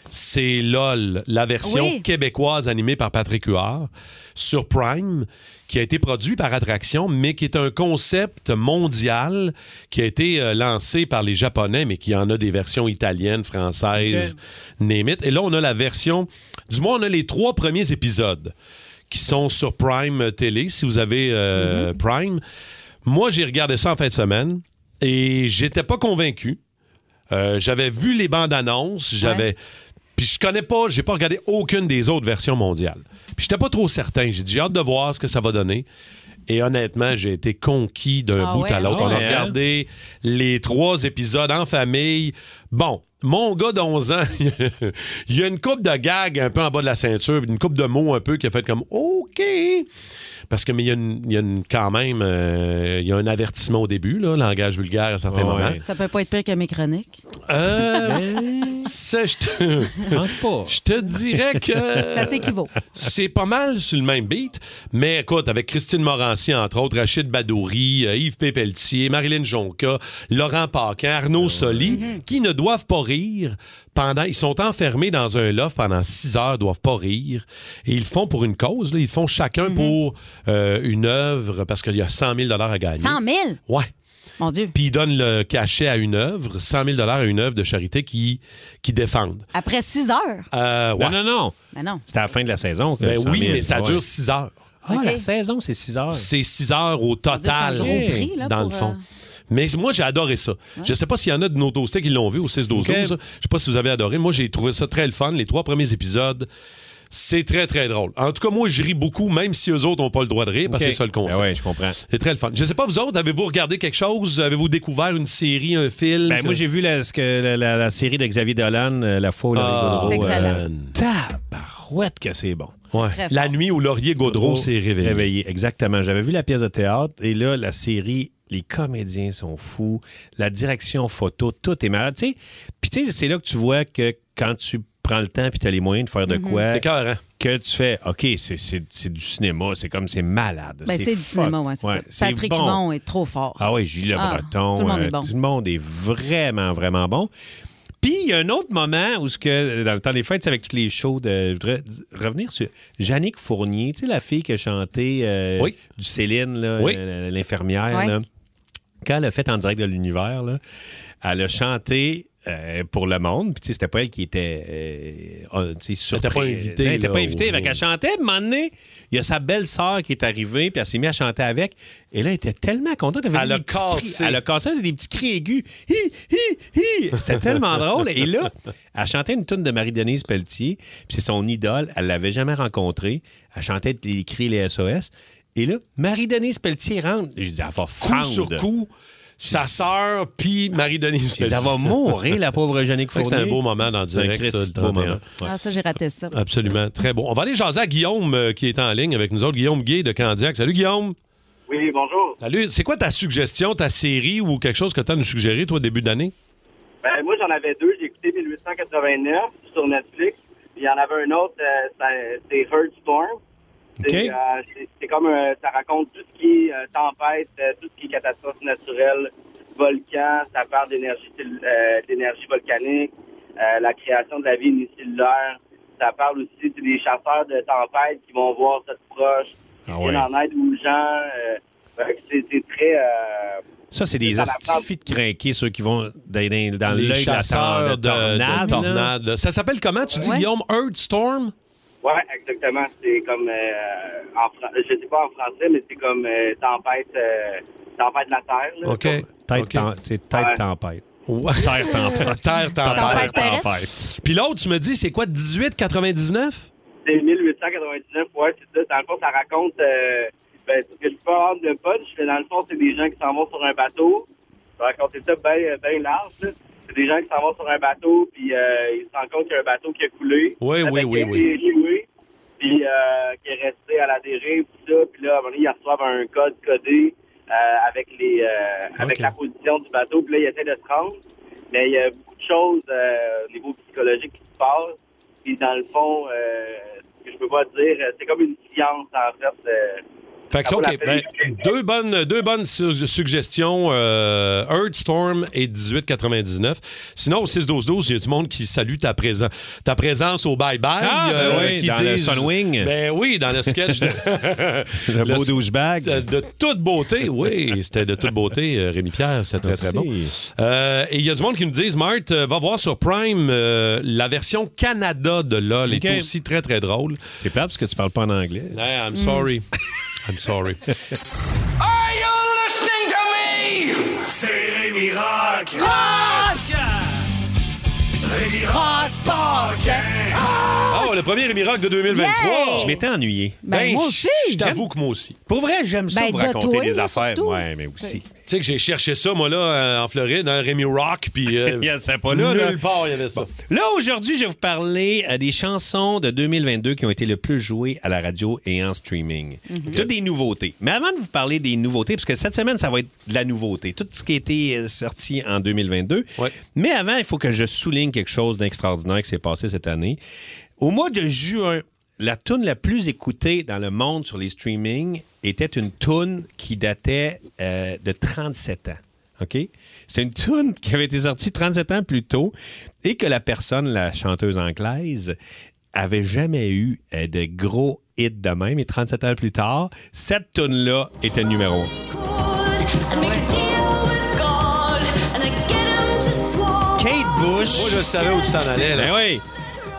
c'est LOL, la version Oui. québécoise animée par Patrick Huard sur Prime, qui a été produit par Attraction, mais qui est un concept mondial qui a été euh, lancé par les Japonais, mais qui en a des versions italiennes, françaises, name it. Et là, on a la version, du moins, on a les trois premiers épisodes qui sont sur Prime Télé, si vous avez euh, Prime. Moi, j'ai regardé ça en fin de semaine et j'étais pas convaincu. Euh, j'avais vu les bandes annonces, j'avais. Puis je connais pas, j'ai pas regardé aucune des autres versions mondiales. Puis j'étais pas trop certain. J'ai dit, j'ai hâte de voir ce que ça va donner. Et honnêtement, j'ai été conquis d'un Ah bout ouais, à l'autre. ah On a ouais. regardé les trois épisodes en famille. Bon, mon gars d'11 ans, il y a une coupe de gags un peu en bas de la ceinture, puis une coupe de mots un peu qui a fait comme OK. Parce que, mais il y a, une- il y a une- quand même, euh, il y a un avertissement au début, là, langage vulgaire à certains moments. Ça peut pas être pire que mes chroniques. Euh, ça, je te... Je te dirais que... Ça s'équivaut. C'est pas mal sur le même beat, mais écoute, avec Christine Morancy, entre autres, Rachid Badouri, euh, Yves Pépeltier, Marilyn Jonca, Laurent Paquin, Arnaud Soli, qui ne doivent pas rire pendant... Ils sont enfermés dans un loft pendant six heures, doivent pas rire. Et ils le font pour une cause, là. ils le font chacun pour euh, une œuvre, parce qu'il y a 100 000 à gagner. 100 000? Ouais. Mon Dieu. Puis ils donnent le cachet à une œuvre, 100 000 à une œuvre de charité qui, qui défendent. Après 6 heures? Euh, ouais. Non, non, non. Mais non. C'était à la fin de la saison. que Ben 100 oui, 000. mais ça Ouais. dure six heures. Ah, Ok. la saison, c'est 6 heures. C'est 6 heures au total, C'est un gros prix, là, dans pour, le fond. euh, Mais moi, j'ai adoré ça. Je ne sais pas s'il y en a de nos toastés qui l'ont vu au 6-12-12. Ok. Je ne sais pas si vous avez adoré. Moi, j'ai trouvé ça très le fun. Les trois premiers épisodes, c'est très, très drôle. En tout cas, moi, je ris beaucoup, même si eux autres n'ont pas le droit de rire, parce que c'est ça le concept. Ben ouais, je comprends. C'est très le fun. Je ne sais pas, vous autres, avez-vous regardé quelque chose? Avez-vous découvert une série, un film? Ben, moi, j'ai vu la, ce que- la- la- la série de Xavier Dolan, euh, La Foule Ah, avec Godreau. c'est excellent. euh, Tabarouette que c'est bon. Ouais. Très La nuit où Laurier Gaudreau s'est réveillé. Exactement. J'avais vu la pièce de théâtre et là, la série, les comédiens sont fous, la direction photo, tout est malade. Tu sais, Puis tu sais, c'est là que tu vois que quand tu prends le temps puis tu as les moyens de faire de quoi, C'est cœur, hein? que tu fais, OK, c'est- c'est c'est du cinéma, c'est comme, c'est malade. Ben, c'est du fuck. cinéma, ouais, c'est ça. c'est Patrick bon. Huon est trop fort. Ah oui, Gilles Le Ah, Breton. tout le monde euh, est bon. tout le monde est vraiment, vraiment bon. Puis, il y a un autre moment où, ce que, euh, dans le temps des fêtes, c'est avec tous les shows, de, je voudrais d- revenir sur Jannick Fournier, tu sais, la fille qui a chanté euh, Oui. du Céline, là, Oui. euh, l'infirmière. Ouais. là. Quand elle a fait en direct de l'univers, là, elle a chanté euh, pour le monde. Puis, tu sais, c'était pas elle qui était. euh, euh, tu sais, surpris. pas invitée, Non, Elle était là, pas invitée. au- Fait qu'elle chantait. Puis, à un moment donné, il y a sa belle-sœur qui est arrivée, puis elle s'est mise à chanter avec. Et là, elle était tellement contente. Elle Elle faisait a des petits cassé. cris. Elle a cassé, c'est des petits cris aigus. Hi, hi, hi. C'était tellement drôle. Et là, elle chantait une tune de Marie-Denise Pelletier. Puis c'est son idole. Elle l'avait jamais rencontrée. Elle chantait les cris, les SOS. Et là, Marie-Denise Pelletier rentre. Je dis, elle va Coup fendre. sur coup, sa sœur, puis Marie-Denise. Je dis, elle va mourir, la pauvre Jeannick Fait que Fournier. C'était un beau moment dans le C'est un direct, Christ ça, le beau 31. moment. Ouais. Ah, ça, j'ai raté ça. Absolument. Très bon. On va aller jaser à Guillaume euh, qui est en ligne avec nous autres. Guillaume Gay de Candiac. Salut Guillaume. Oui, bonjour. Salut. C'est quoi ta suggestion, ta série ou quelque chose que tu as nous suggéré, toi, début d'année? Ben, moi, j'en avais deux. J'ai écouté 1889 sur Netflix. Puis Il y en avait un autre, euh, ça- c'est Heard Storm. C'est, OK. euh, c'est- c'est comme, euh, ça raconte tout ce qui est euh, tempête, euh, tout ce qui est catastrophe naturelle, volcan, ça parle d'énergie cell- euh, d'énergie volcanique, euh, la création de la vie unicellulaire. Ça parle aussi c'est des chasseurs de tempêtes qui vont voir cette proche, qui Ah viennent ouais. en aide aux gens. euh, fait que c'est c'est très... euh, Ça, c'est des Ça, la astifies de crinqués, ceux qui vont dans, dans- dans l'œil de la tor- de tornades. tornade. là. Ça s'appelle comment? Tu dis, Ouais. Guillaume, Earthstorm? Oui, exactement. C'est comme, euh, en fran- je ne sais pas en français, mais c'est comme euh, tempête, euh, tempête de la terre. là. OK. Tête, OK. tem- c'est tête Ouais. tempête. Ouais. Terre tempête. Terre, tempête. Tempête. terrestre. tempête. Puis l'autre, tu me dis, c'est quoi, 1899? C'est 1899, ouais, c'est ça. Dans le fond, ça raconte euh, ben, ce que je peux avoir de punch, mais dans le fond, c'est des gens qui s'en vont sur un bateau. Je vais raconter ça bien ben large. là. C'est des gens qui s'en vont sur un bateau, puis euh, ils se rendent compte qu'il y a un bateau qui a coulé. Oui, oui, Avec oui, un oui. dérivé, Puis euh, qui est resté à la dérive, tout ça. Puis là, à un moment donné, ils reçoivent un code codé euh, avec, les, euh, avec Ok. la position du bateau. Puis là, ils essaient de se rendre. Mais il y a beaucoup de choses euh, au niveau psychologique qui se passent. Puis dans le fond, euh, ce que je peux pas dire, euh, c'est comme une science, en fait. euh, Fait que, Ça vaut OK, la peine. ben, deux bonnes, deux bonnes su- suggestions. Euh, Earthstorm et 1899. Sinon, au 6-12-12, il y a du monde qui salue ta, présen- ta présence au bye-bye. euh, Ah, ben oui, qui dans le disent- Sunwing. Ben oui, dans le sketch de... Le beau douchebag. De, de toute beauté, oui. C'était de toute beauté, euh, Rémi-Pierre. C'était très, très bon. Euh, et il y a du monde qui me disent, Marthe, euh, va voir sur Prime euh, la version Canada de LOL. Elle Ok. est aussi très, très drôle. C'est pas parce que tu parles pas en anglais. I'm Mm. sorry. Mm. I'm sorry. Are you listening to me? C'est Rémi Rock. Rock! Rémi Rock Ah, le premier Rémi Rock de 2023. Yeah! Je m'étais ennuyé. Ben, Ben, moi je- aussi. Je t'avoue que moi aussi. Pour vrai, j'aime ça Ben, vous de raconter toi, des là, affaires. surtout. Ouais, mais aussi. Tu sais que j'ai cherché ça, moi, là, euh, en Floride, hein, Rémi Rock, puis... euh, Il y a ça pas là, là. Nulle part, il y avait ça. Là, aujourd'hui, je vais vous parler euh, des chansons de 2022 qui ont été le plus jouées à la radio et en streaming. Mhm. Toutes des nouveautés. Mais avant de vous parler des nouveautés, parce que cette semaine, ça va être de la nouveauté. Tout ce qui a été euh, sorti en 2022. Mais avant, il faut que je souligne quelque chose d'extraordinaire qui s'est passé cette année. Au mois de juin, la tune la plus écoutée dans le monde sur les streamings était une tune qui datait euh, de 37 ans. OK? C'est une tune qui avait été sortie 37 ans plus tôt et que la personne, la chanteuse anglaise, avait jamais eu euh, de gros hits de même. Et 37 ans plus tard, cette tune-là était numéro 1. Kate Bush. Moi, je savais où tu t'en allais. Là. Ben oui.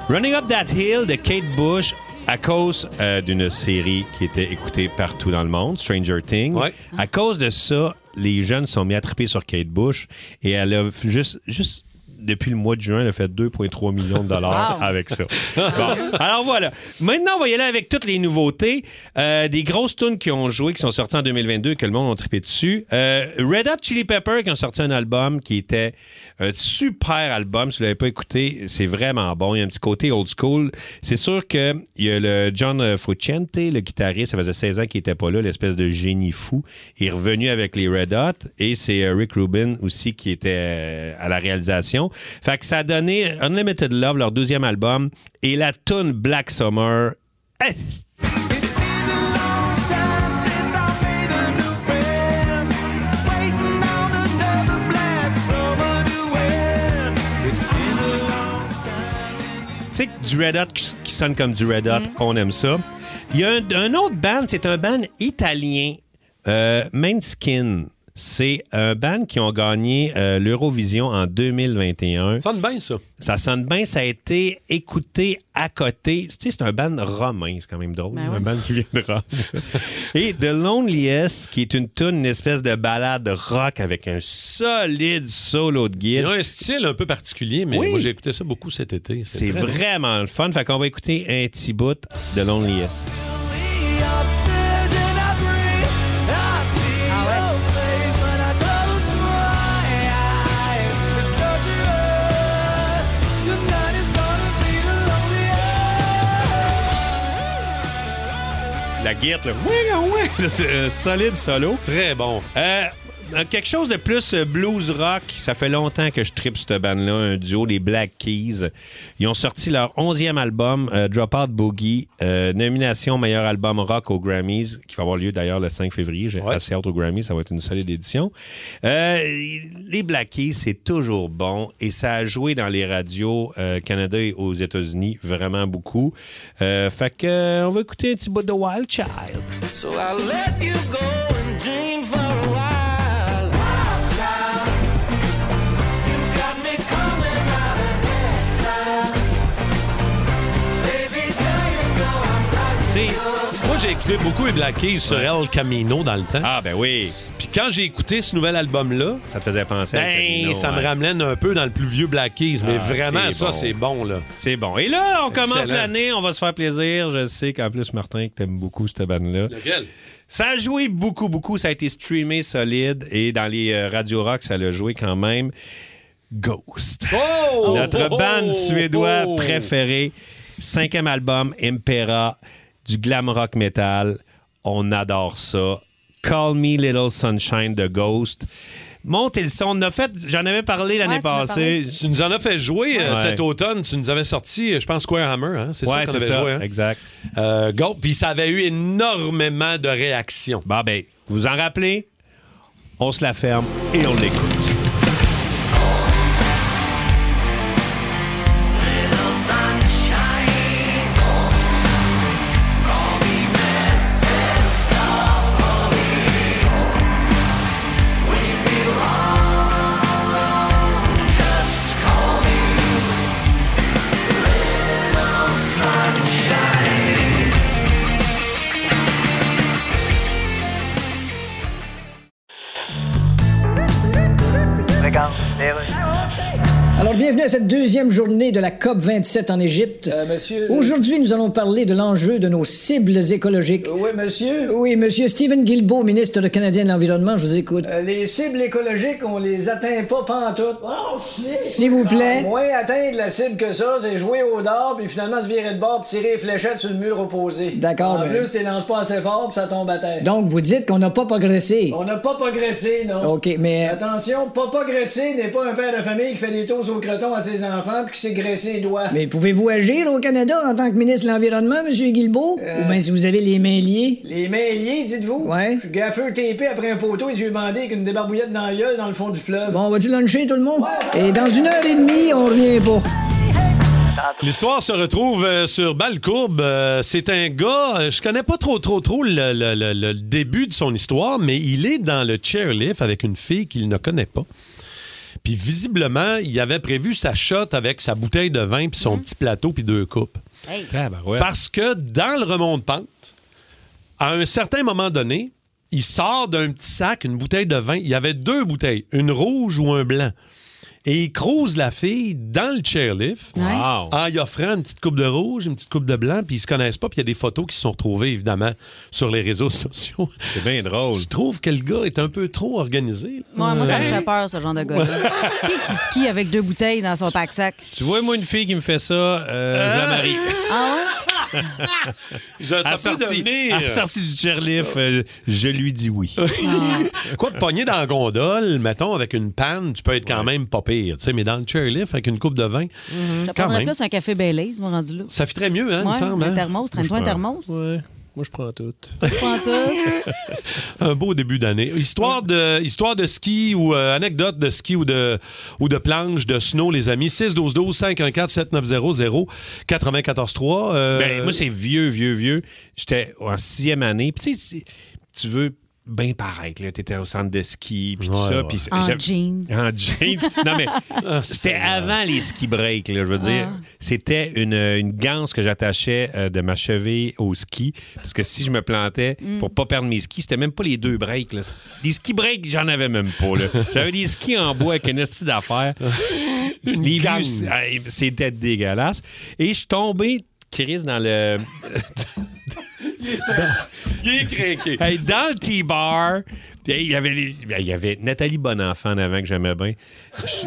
Running Up That Hill de Kate Bush à cause euh, d'une série qui était écoutée partout dans le monde, Stranger Things. À cause de ça, les jeunes sont mis à triper sur Kate Bush et elle a f- juste, juste depuis le mois de juin, elle a fait 2,3 millions de dollars Wow. avec ça. Bon, alors voilà. Maintenant, on va y aller avec toutes les nouveautés. Euh, des grosses tunes qui ont joué, qui sont sorties en 2022 et que le monde a trippé dessus. Euh, Red Hot Chili Pepper qui ont sorti un album qui était un super album. Si vous l'avez pas écouté, c'est vraiment bon. Il y a un petit côté old school. C'est sûr que il y a le John euh, Frusciante, le guitariste, ça faisait 16 ans qu'il était pas là, l'espèce de génie fou. Il est revenu avec les Red Hot et c'est euh, Rick Rubin aussi qui était euh, à la réalisation. Fait que ça a donné Unlimited Love, leur deuxième album, et la tune Black Summer. Eh, Tu sais, du Red Hot qui qui sonne comme du Red Hot, on aime ça. Il y a un, un autre band, c'est un band italien, euh, Main Skin. C'est un band qui ont gagné euh, l'Eurovision en 2021. Ça sonne bien, ça. Ça sonne bien, ça a été écouté à côté. Tu sais, c'est un band romain, c'est quand même drôle. Ben un oui. band qui vient de Rome. Et The Loneliest, qui est une tune, une espèce de balade rock avec un solide solo de guide. Il y a un style un peu particulier, mais Oui. moi, j'ai écouté ça beaucoup cet été. C'est très bon. vraiment le fun. Fait qu'on va écouter un petit bout de Loneliest. La guitare, là. Oui, oui, oui. C'est un solide solo. Très bon. quelque chose de plus euh, blues rock. Ça fait longtemps que je tripe cette bande-là, un duo, les Black Keys. Ils ont sorti leur onzième album, euh, Dropout Boogie, euh, nomination meilleur album rock aux Grammys, qui va avoir lieu d'ailleurs le 5 février. J'ai assez hâte aux Grammys, ça va être une solide édition. Euh, les Black Keys, c'est toujours bon et ça a joué dans les radios euh, Canada et aux États-Unis vraiment beaucoup. Euh, fait que, euh, on va écouter un petit bout de Wild Child. So I let you go and dream for a while. Child, you got me coming out of exile. Baby, girl, you know I'm right. T'sais, moi, j'ai écouté beaucoup les Black Keys sur El Camino dans le temps. Ah, ben oui. Puis quand j'ai écouté ce nouvel album-là, ça te faisait penser à El Camino, Ben, ça me ouais. ramène un peu dans le plus vieux Black Keys, mais Ah, vraiment, c'est ça, bon. c'est bon, là. C'est bon. Et là, on commence Excellent. l'année, on va se faire plaisir. Je sais qu'en plus, Martin, que t'aimes beaucoup cette bande-là. Lequel? Ça a joué beaucoup, beaucoup. Ça a été streamé solide et dans les euh, radios rock, ça l'a joué quand même. Ghost. Notre oh, band oh, suédois oh. préféré. Cinquième album, Impera, du glam rock metal. On adore ça. Call Me Little Sunshine de Ghost. Montez le son. On a fait, j'en avais parlé l'année Ouais, tu en as passée. Tu nous en as fait jouer euh, Ouais. cet automne. Tu nous avais sorti, euh, je pense, Square Hammer. Hein? C'est Ouais, ça qu'on c'est avait ça. joué. hein? Exact. Euh, go. Puis ça avait eu énormément de réactions. Bon, ben, vous en rappelez? On se la ferme et on l'écoute. Alors, bienvenue à cette deuxième journée de la COP 27 en Égypte. Euh, monsieur. Aujourd'hui, nous allons parler de l'enjeu de nos cibles écologiques. Euh, Oui, monsieur. Oui, monsieur Stephen Guilbeault, ministre de Canadien de l'Environnement, je vous écoute. Euh, les cibles écologiques, on les atteint pas pantoute. Oh, Ah, S'il vous plaît. moins atteindre la cible que ça, c'est jouer au dard, puis finalement se virer de bord, puis tirer les fléchettes sur le mur opposé. D'accord, En mais- plus, tu les lances pas assez fort, puis ça tombe à terre. Donc, vous dites qu'on n'a pas progressé. On n'a pas progressé, non? OK, mais... euh, Attention, pas progressé n'est pas un père de famille qui fait des tours au croton à ses enfants puis qui s'est graissé les doigts. Mais pouvez-vous agir au Canada en tant que ministre de l'Environnement, monsieur Guilbeault? Ou bien si vous avez les mains liées? Euh, Les mains liées, dites-vous? Ouais. Je suis gaffeux TP après un poteau et yeux bandés avec une débarbouillette dans la gueule dans le fond du fleuve. Bon, on va-tu luncher tout le monde? Ouais, ouais. Et dans une heure et demie, on revient pas. L'histoire se retrouve euh, sur Balcourbe. Euh, c'est un gars, euh, je connais pas trop, trop, trop le, le- le- le début de son histoire, mais il est dans le chairlift avec une fille qu'il ne connaît pas. Puis visiblement, il avait prévu sa shot avec sa bouteille de vin, puis son petit plateau, puis deux coupes. Hey. Parce que dans le remont de pente, à un certain moment donné, il sort d'un petit sac une bouteille de vin. Il y avait deux bouteilles, une rouge ou un blanc. Et il croise la fille dans le chairlift Wow. en y offrant une petite coupe de rouge, une petite coupe de blanc, puis ils se connaissent pas, puis il y a des photos qui se sont retrouvées, évidemment, sur les réseaux sociaux. C'est bien drôle. Je trouve que le gars est un peu trop organisé. là. Moi, moi, ça me fait peur, ce genre de gars-là. qui, qui skie avec deux bouteilles dans son pack-sac? Tu vois, moi, une fille qui me fait ça, euh, Ah! je la marie. Je- À ça peut sortie, devenir- à sortie du chairlift, euh, je lui dis oui. Euh. Quoi, de pogner dans la gondole, mettons, avec une panne, tu peux être quand même pas pire, tu sais, mais dans le chairlift, avec une coupe de vin, Mm-hmm. Je quand prendrais même. plus un café Baileys, moi, rendu là. Ça fitterait mieux, hein, il me Ouais, semble. un hein? thermos, traîne-toi un thermos. Ouais. Moi, je prends tout. Je prends tout. Un beau début d'année. Histoire de, histoire de ski ou euh, anecdote de ski ou de, ou de planche, de snow, les amis. 6 12 12 514 7900 94 3. Ben, moi, c'est vieux, vieux, vieux. J'étais en sixième année. Puis, tu sais, si- tu veux bien paraître. Tu étais au centre de ski, puis tout Ouais, ça. ouais. puis c'est- En j'av- jeans. En jeans. Non, mais c'était avant les ski breaks, là, je veux dire. C'était une, une ganse que j'attachais euh, de ma cheville au ski. Parce que si je me plantais pour pas perdre mes skis, c'était même pas les deux breaks. Là. Les ski breaks, j'en avais même pas. là. J'avais des skis en bois avec une esti d'affaires. Les vues, ganse. hey, C'était dégueulasse. Et je suis tombé, Chris, dans le. il est craqué. Hey, dans le T-bar, puis, hey, il y avait les- ben, il y avait Nathalie Bonenfant en avant que j'aimais bien. Je-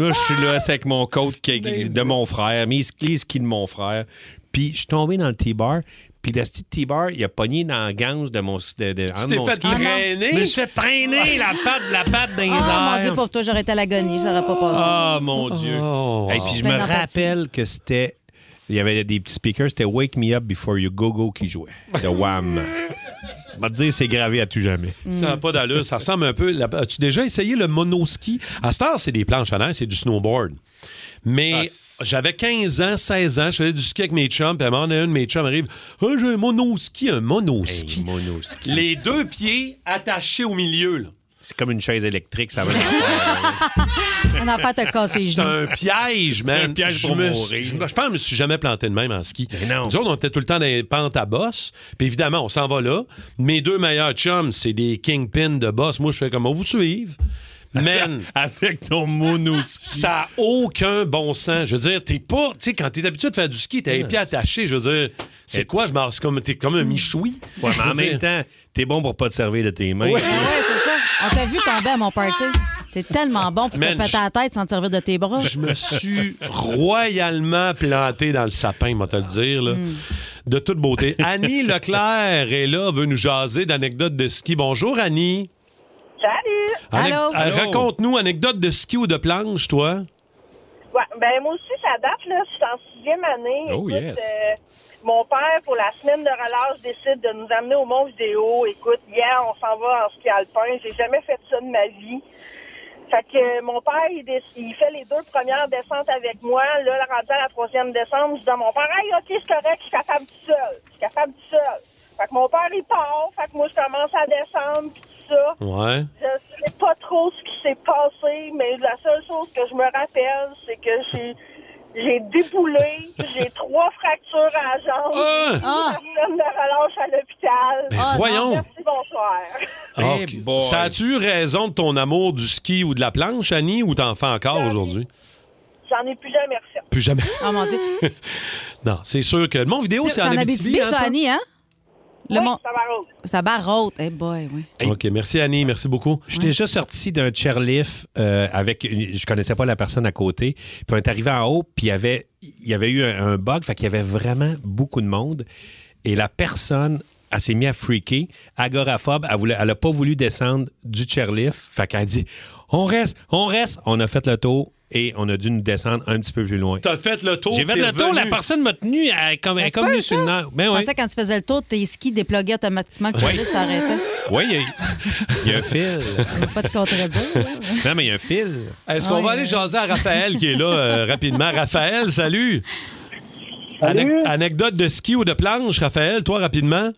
Là, je suis là c'est avec mon coach qui- Ben de mon frère, mes skis, les skis de mon frère. Puis je suis tombé dans le T-bar, puis le petit T-bar, il a pogné dans la ganse de mon de, de- un de t'es mon fait ski. traîner? Je me suis fait traîner la patte, la patte dans les Ah, mon airs. Dieu, pauvre toi, j'aurais été à l'agonie, ça n'aurait pas passé. Ah, mon Dieu. oh, wow. Et puis je Peine me d'empathie. rappelle que c'était. Il y avait des petits speakers, c'était Wake Me Up Before You Go Go qui jouait. De Wham. Je vais te dire, c'est gravé à tout jamais. Ça n'a pas d'allure. Ça ressemble un peu. la- As-tu déjà essayé le monoski? À cette heure, c'est des planches à l'air, c'est du snowboard. Mais j'avais 15 ans, 16 ans, je faisais du ski avec mes chums, puis à un moment donné, un de mes chums arrive. Ah, j'ai un monoski, un monoski. Hey, monoski. Les deux pieds attachés au milieu, là. C'est comme une chaise électrique, ça va. Un enfant t'a cassé les C'est genoux. un piège, man. un piège Je pour me mourir. suis- Je pense que je me suis jamais planté de même en ski. Mais non. Nous autres, on était tout le temps dans les pentes à bosse. Puis évidemment, on s'en va là. Mes deux meilleurs chums, c'est des kingpins de boss. Moi, je fais comme on vous suive. Man, Avec ton monoski. ça n'a aucun bon sens. Je veux dire, t'es pas. Tu sais, quand t'es habitué de faire du ski, t'as les pieds attachés. Je veux dire, c'est quoi? Je m'en c'est comme. T'es comme un michoui. Mm. Ouais, mais Je en veux dire, même temps, t'es bon pour pas te servir de tes mains. Ouais. Ah ouais, c'est ça. On t'a vu tomber à mon party. T'es tellement bon pour te Man, péter la tête sans te servir de tes bras. Je me suis royalement planté dans le sapin, moi, te le dire. là. De toute beauté. Annie Leclerc est là, veut nous jaser d'anecdotes de ski. Bonjour, Annie. Salut! Anec- Allô? euh, Raconte-nous anecdote de ski ou de planche, toi. Ouais, ben moi aussi, ça date, là. Je suis en sixième année. Oh, yes. euh, mon père, pour la semaine de relâche, décide de nous amener au Mont Vidéo. Écoute, hier, on s'en va en ski alpin. J'ai jamais fait ça de ma vie. Fait que euh, mon père, il, déc- il fait les deux premières descentes avec moi. Là, rendu à la troisième descente, je dis à mon père, « Hey, OK, c'est correct, je suis capable tout seul. Je suis capable tout seul. » Fait que mon père, il part. Fait que moi, je commence à descendre, puis tout ça. Ouais. Je sais pas trop ce qui s'est passé, mais la seule chose que je me rappelle, c'est que j'ai, j'ai déboulé, j'ai trois fractures à la jambe. Ah! La semaine de relâche à l'hôpital. Ah, Ben voyons! Merci, bonsoir. Ok. Ah, Ça as-tu raison de ton amour du ski ou de la planche, Annie, ou t'en fais encore aujourd'hui? J'en ai plus jamais refait. Plus jamais. Oh mon Dieu. non, c'est sûr que. Mon vidéo, c'est en Abitibi, hein, ça, ça? Annie, hein? Le mont- Ça va rose. Ça barre haute. Eh boy, oui. OK, merci Annie, merci beaucoup. Je suis déjà sorti d'un chairlift euh, avec. une- Je connaissais pas la personne à côté. Puis on est arrivé en haut, puis il y avait, il y avait eu un, un bug, fait qu'il y avait vraiment beaucoup de monde. Et la personne, elle s'est mise à freaker, agoraphobe. Elle voulait, elle a pas voulu descendre du chairlift. Fait qu'elle a dit On reste, on reste. On a fait le tour et on a dû nous descendre un petit peu plus loin. T'as fait le tour. J'ai fait t'es le tour, revenu. la personne m'a tenu à- comme, Ça elle est se comme peut, venue sur ça? le nord. Ben Je oui. pensais que quand tu faisais le tour, tes skis déploguaient automatiquement que tu Oui. arrives, ça arrêtait. Oui, il y a- il y, a un fil. Pas de contredire. là. non, mais il y a un fil. Est-ce qu'on va aller jaser à Raphaël qui est là euh, rapidement? Raphaël, salut! Anec- anecdote de ski ou de planche, Raphaël, toi rapidement?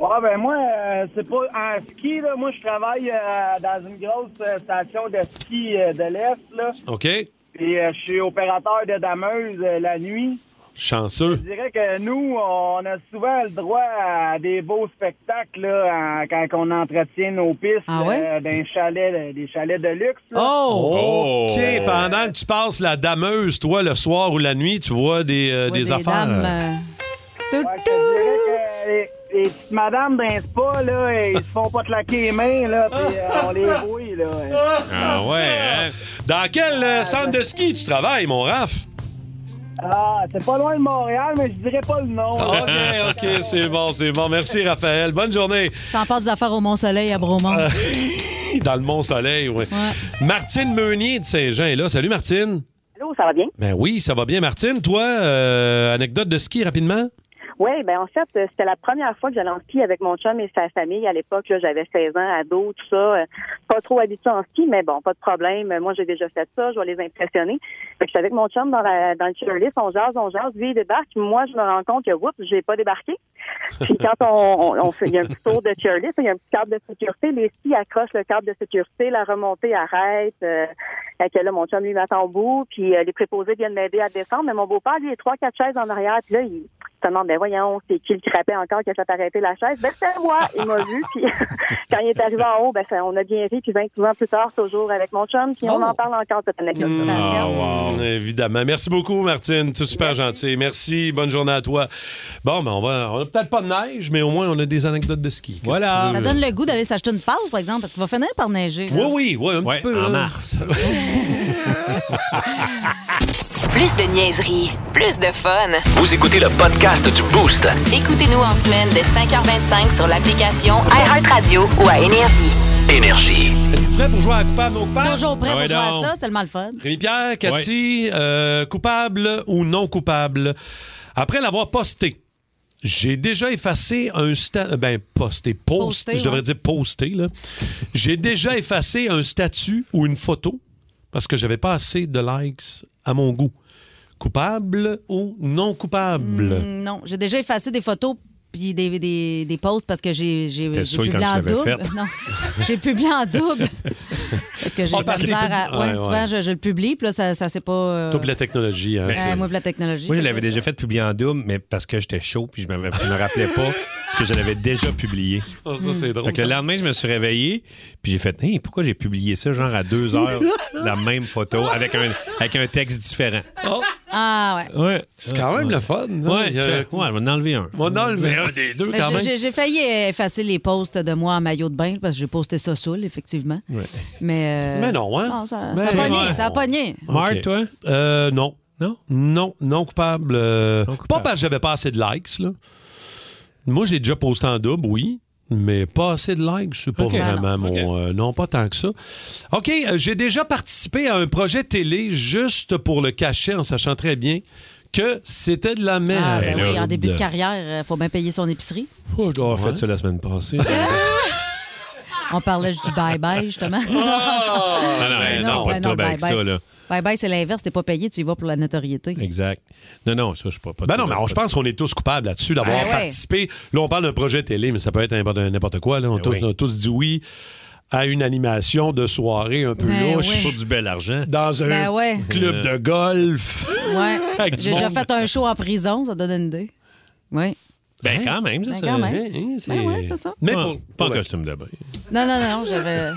Ouais, ben moi, euh, c'est pas en ski, là. Moi, je travaille euh, dans une grosse euh, station de ski euh, de l'Est, là. OK? Puis euh, je suis opérateur de dameuse euh, la nuit. Je Chanceux. dirais que nous, on a souvent le droit à des beaux spectacles, là, en- quand on entretient nos pistes euh, d'un chalet, des chalets de luxe. là. Oh! Oh. OK, pendant que tu passes la dameuse, toi, le soir ou la nuit, tu vois des, euh, des affaires. euh, Ouais, je te dirais que euh, les, les petites madames d'un spa, là, ils se font pas claquer les mains, là, puis euh, on les brouille, là. Ah ouais, hein? Dans quel euh, centre de ski tu travailles, mon Raph? Ah, c'est pas loin de Montréal, mais je dirais pas le nom. OK, OK, c'est bon, c'est bon. Merci, Raphaël. Bonne journée. Ça en passe des affaires au Mont-Soleil à Bromont. Dans le Mont-Soleil, oui. Martine Meunier de Saint-Jean est là. Salut, Martine. Allô, ça va bien? Ben oui, ça va bien, Martine. Toi, euh, anecdote de ski rapidement? Oui, ben en fait, euh, c'était la première fois que j'allais en ski avec mon chum et sa famille. À l'époque, là, j'avais 16 ans, ado, tout ça. euh, Pas trop habitué en ski, mais bon, pas de problème. Moi, j'ai déjà fait ça. Je vais les impressionner. Fait que j'étais avec mon chum dans, la, dans le chairlift. On jase, on jase. Lui, il débarque. Moi, je me rends compte que, oups, j'ai pas débarqué. Puis quand on, on- on fait, il y a un petit tour de chairlift, il y a un petit câble de sécurité. Les skis accrochent le câble de sécurité. La remontée arrête. Euh, fait que là, mon chum, lui, m'attend au bout. Puis euh, les préposés viennent m'aider à descendre. Mais mon beau-père, lui, il est trois, quatre chaises en arrière. Puis là, il se demande, ben voyons, c'est qui le crapait encore qui a fait arrêter la chaise? Ben c'est moi! Il m'a vu, puis quand il est arrivé en haut, ben ça- on a bien ri, puis 20 ans plus tard, toujours avec mon chum, puis on en parle encore cette anecdote. Mmh. Ah, Oh. wow. Évidemment. Merci beaucoup, Martine. Tu es super gentil. Merci. Bonne journée à toi. Bon, ben, on va. On a peut-être pas de neige, mais au moins, on a des anecdotes de ski. Qu'est-ce que tu Ça veux? donne le goût d'aller s'acheter une passe, par exemple, parce qu'il va finir par neiger. là. Oui, oui, oui, un petit peu. hein. en mars. Plus de niaiserie, plus de fun. Vous écoutez le podcast du Boost. Écoutez-nous en semaine de 5h25 sur l'application iHeartRadio ou à Énergie. Énergie. Êtes-vous prêt pour jouer à coupable ou coupable? Toujours prêt Ah pour ouais, jouer à donc. ça, c'est tellement le fun. Rémi-Pierre, Cathy, euh, coupable ou non coupable? Après l'avoir posté, j'ai déjà effacé un statut. Ben, posté, post, Posté, je devrais ouais. dire posté, là. J'ai déjà effacé un statut ou une photo parce que j'avais pas assez de likes à mon goût. Coupable ou non coupable? Mm, Non, j'ai déjà effacé des photos puis des, des, des posts parce que j'ai j'ai T'étais j'ai saoul publié quand tu en l'avais double. fait. Non, j'ai publié en double parce que j'ai de la Ah, parce que misère t'es à pub- ouais, ouais, souvent ouais. je, je le publie puis là ça ça c'est pas euh, Toi, puis la technologie, hein? euh, c'est- moi puis la technologie. Moi, je l'avais déjà fait publier en double, mais parce que j'étais chaud, puis je ne me rappelais pas que je l'avais déjà publié. Ah, ça, c'est drôle. Fait que le lendemain, je me suis réveillé, puis j'ai fait Hey, pourquoi j'ai publié ça, genre à deux heures, la même photo, avec un, avec un texte différent. Ah ouais. Ouais. C'est quand même le fun. ça. Ouais, Il y tu a- fais, ouais, on va en enlever un. On en enlever un des deux, Mais j'ai- j'ai- J'ai failli effacer les posts de moi en maillot de bain parce que j'ai posté ça saoul, effectivement. Ouais. Mais, euh, Mais non, hein? ça, Mais ça a pogné, ouais. ça a pogné. Marc, toi? Euh, non. Non? Non, non coupable. euh, Pas parce que j'avais pas assez de likes, là. Moi, j'ai déjà posté en double, oui. mais pas assez de likes. Je suis pas Ok. Ben vraiment mon. euh, non, pas tant que ça. OK, euh, j'ai déjà participé à un projet télé juste pour le cachet en sachant très bien que c'était de la merde. Ah, ben oui, en début de carrière, il faut bien payer son épicerie. Oh, je dois avoir Ouais. fait ça la semaine passée. On parlait du bye-bye, justement. Ah! Ah non, non, Ben non, pas ben de trouble avec bye-bye. ça, là. Bye-bye, c'est l'inverse. T'es pas payé, tu y vas pour la notoriété. Exact. Non, non, ça, je suis pas. ben non, mais on- je pense qu'on est tous coupables là-dessus d'avoir Ben ouais. participé. Là, on parle d'un projet télé, mais ça peut être n'importe- n'importe quoi. Là. On, tous, on a tous dit Ben oui à une animation de soirée un peu Ben louche. ouais. Pour du bel argent. Dans un Ben ouais. club de golf. Ouais. Avec du J'ai déjà monde. fait un show en prison, ça donne une idée. Oui. Ben, quand même, ça, Ben, c'est- quand même. hein, c'est- Ben ouais, c'est ça. Mais Pas- pour, pas en costume de bain. Non, non, non, j'avais.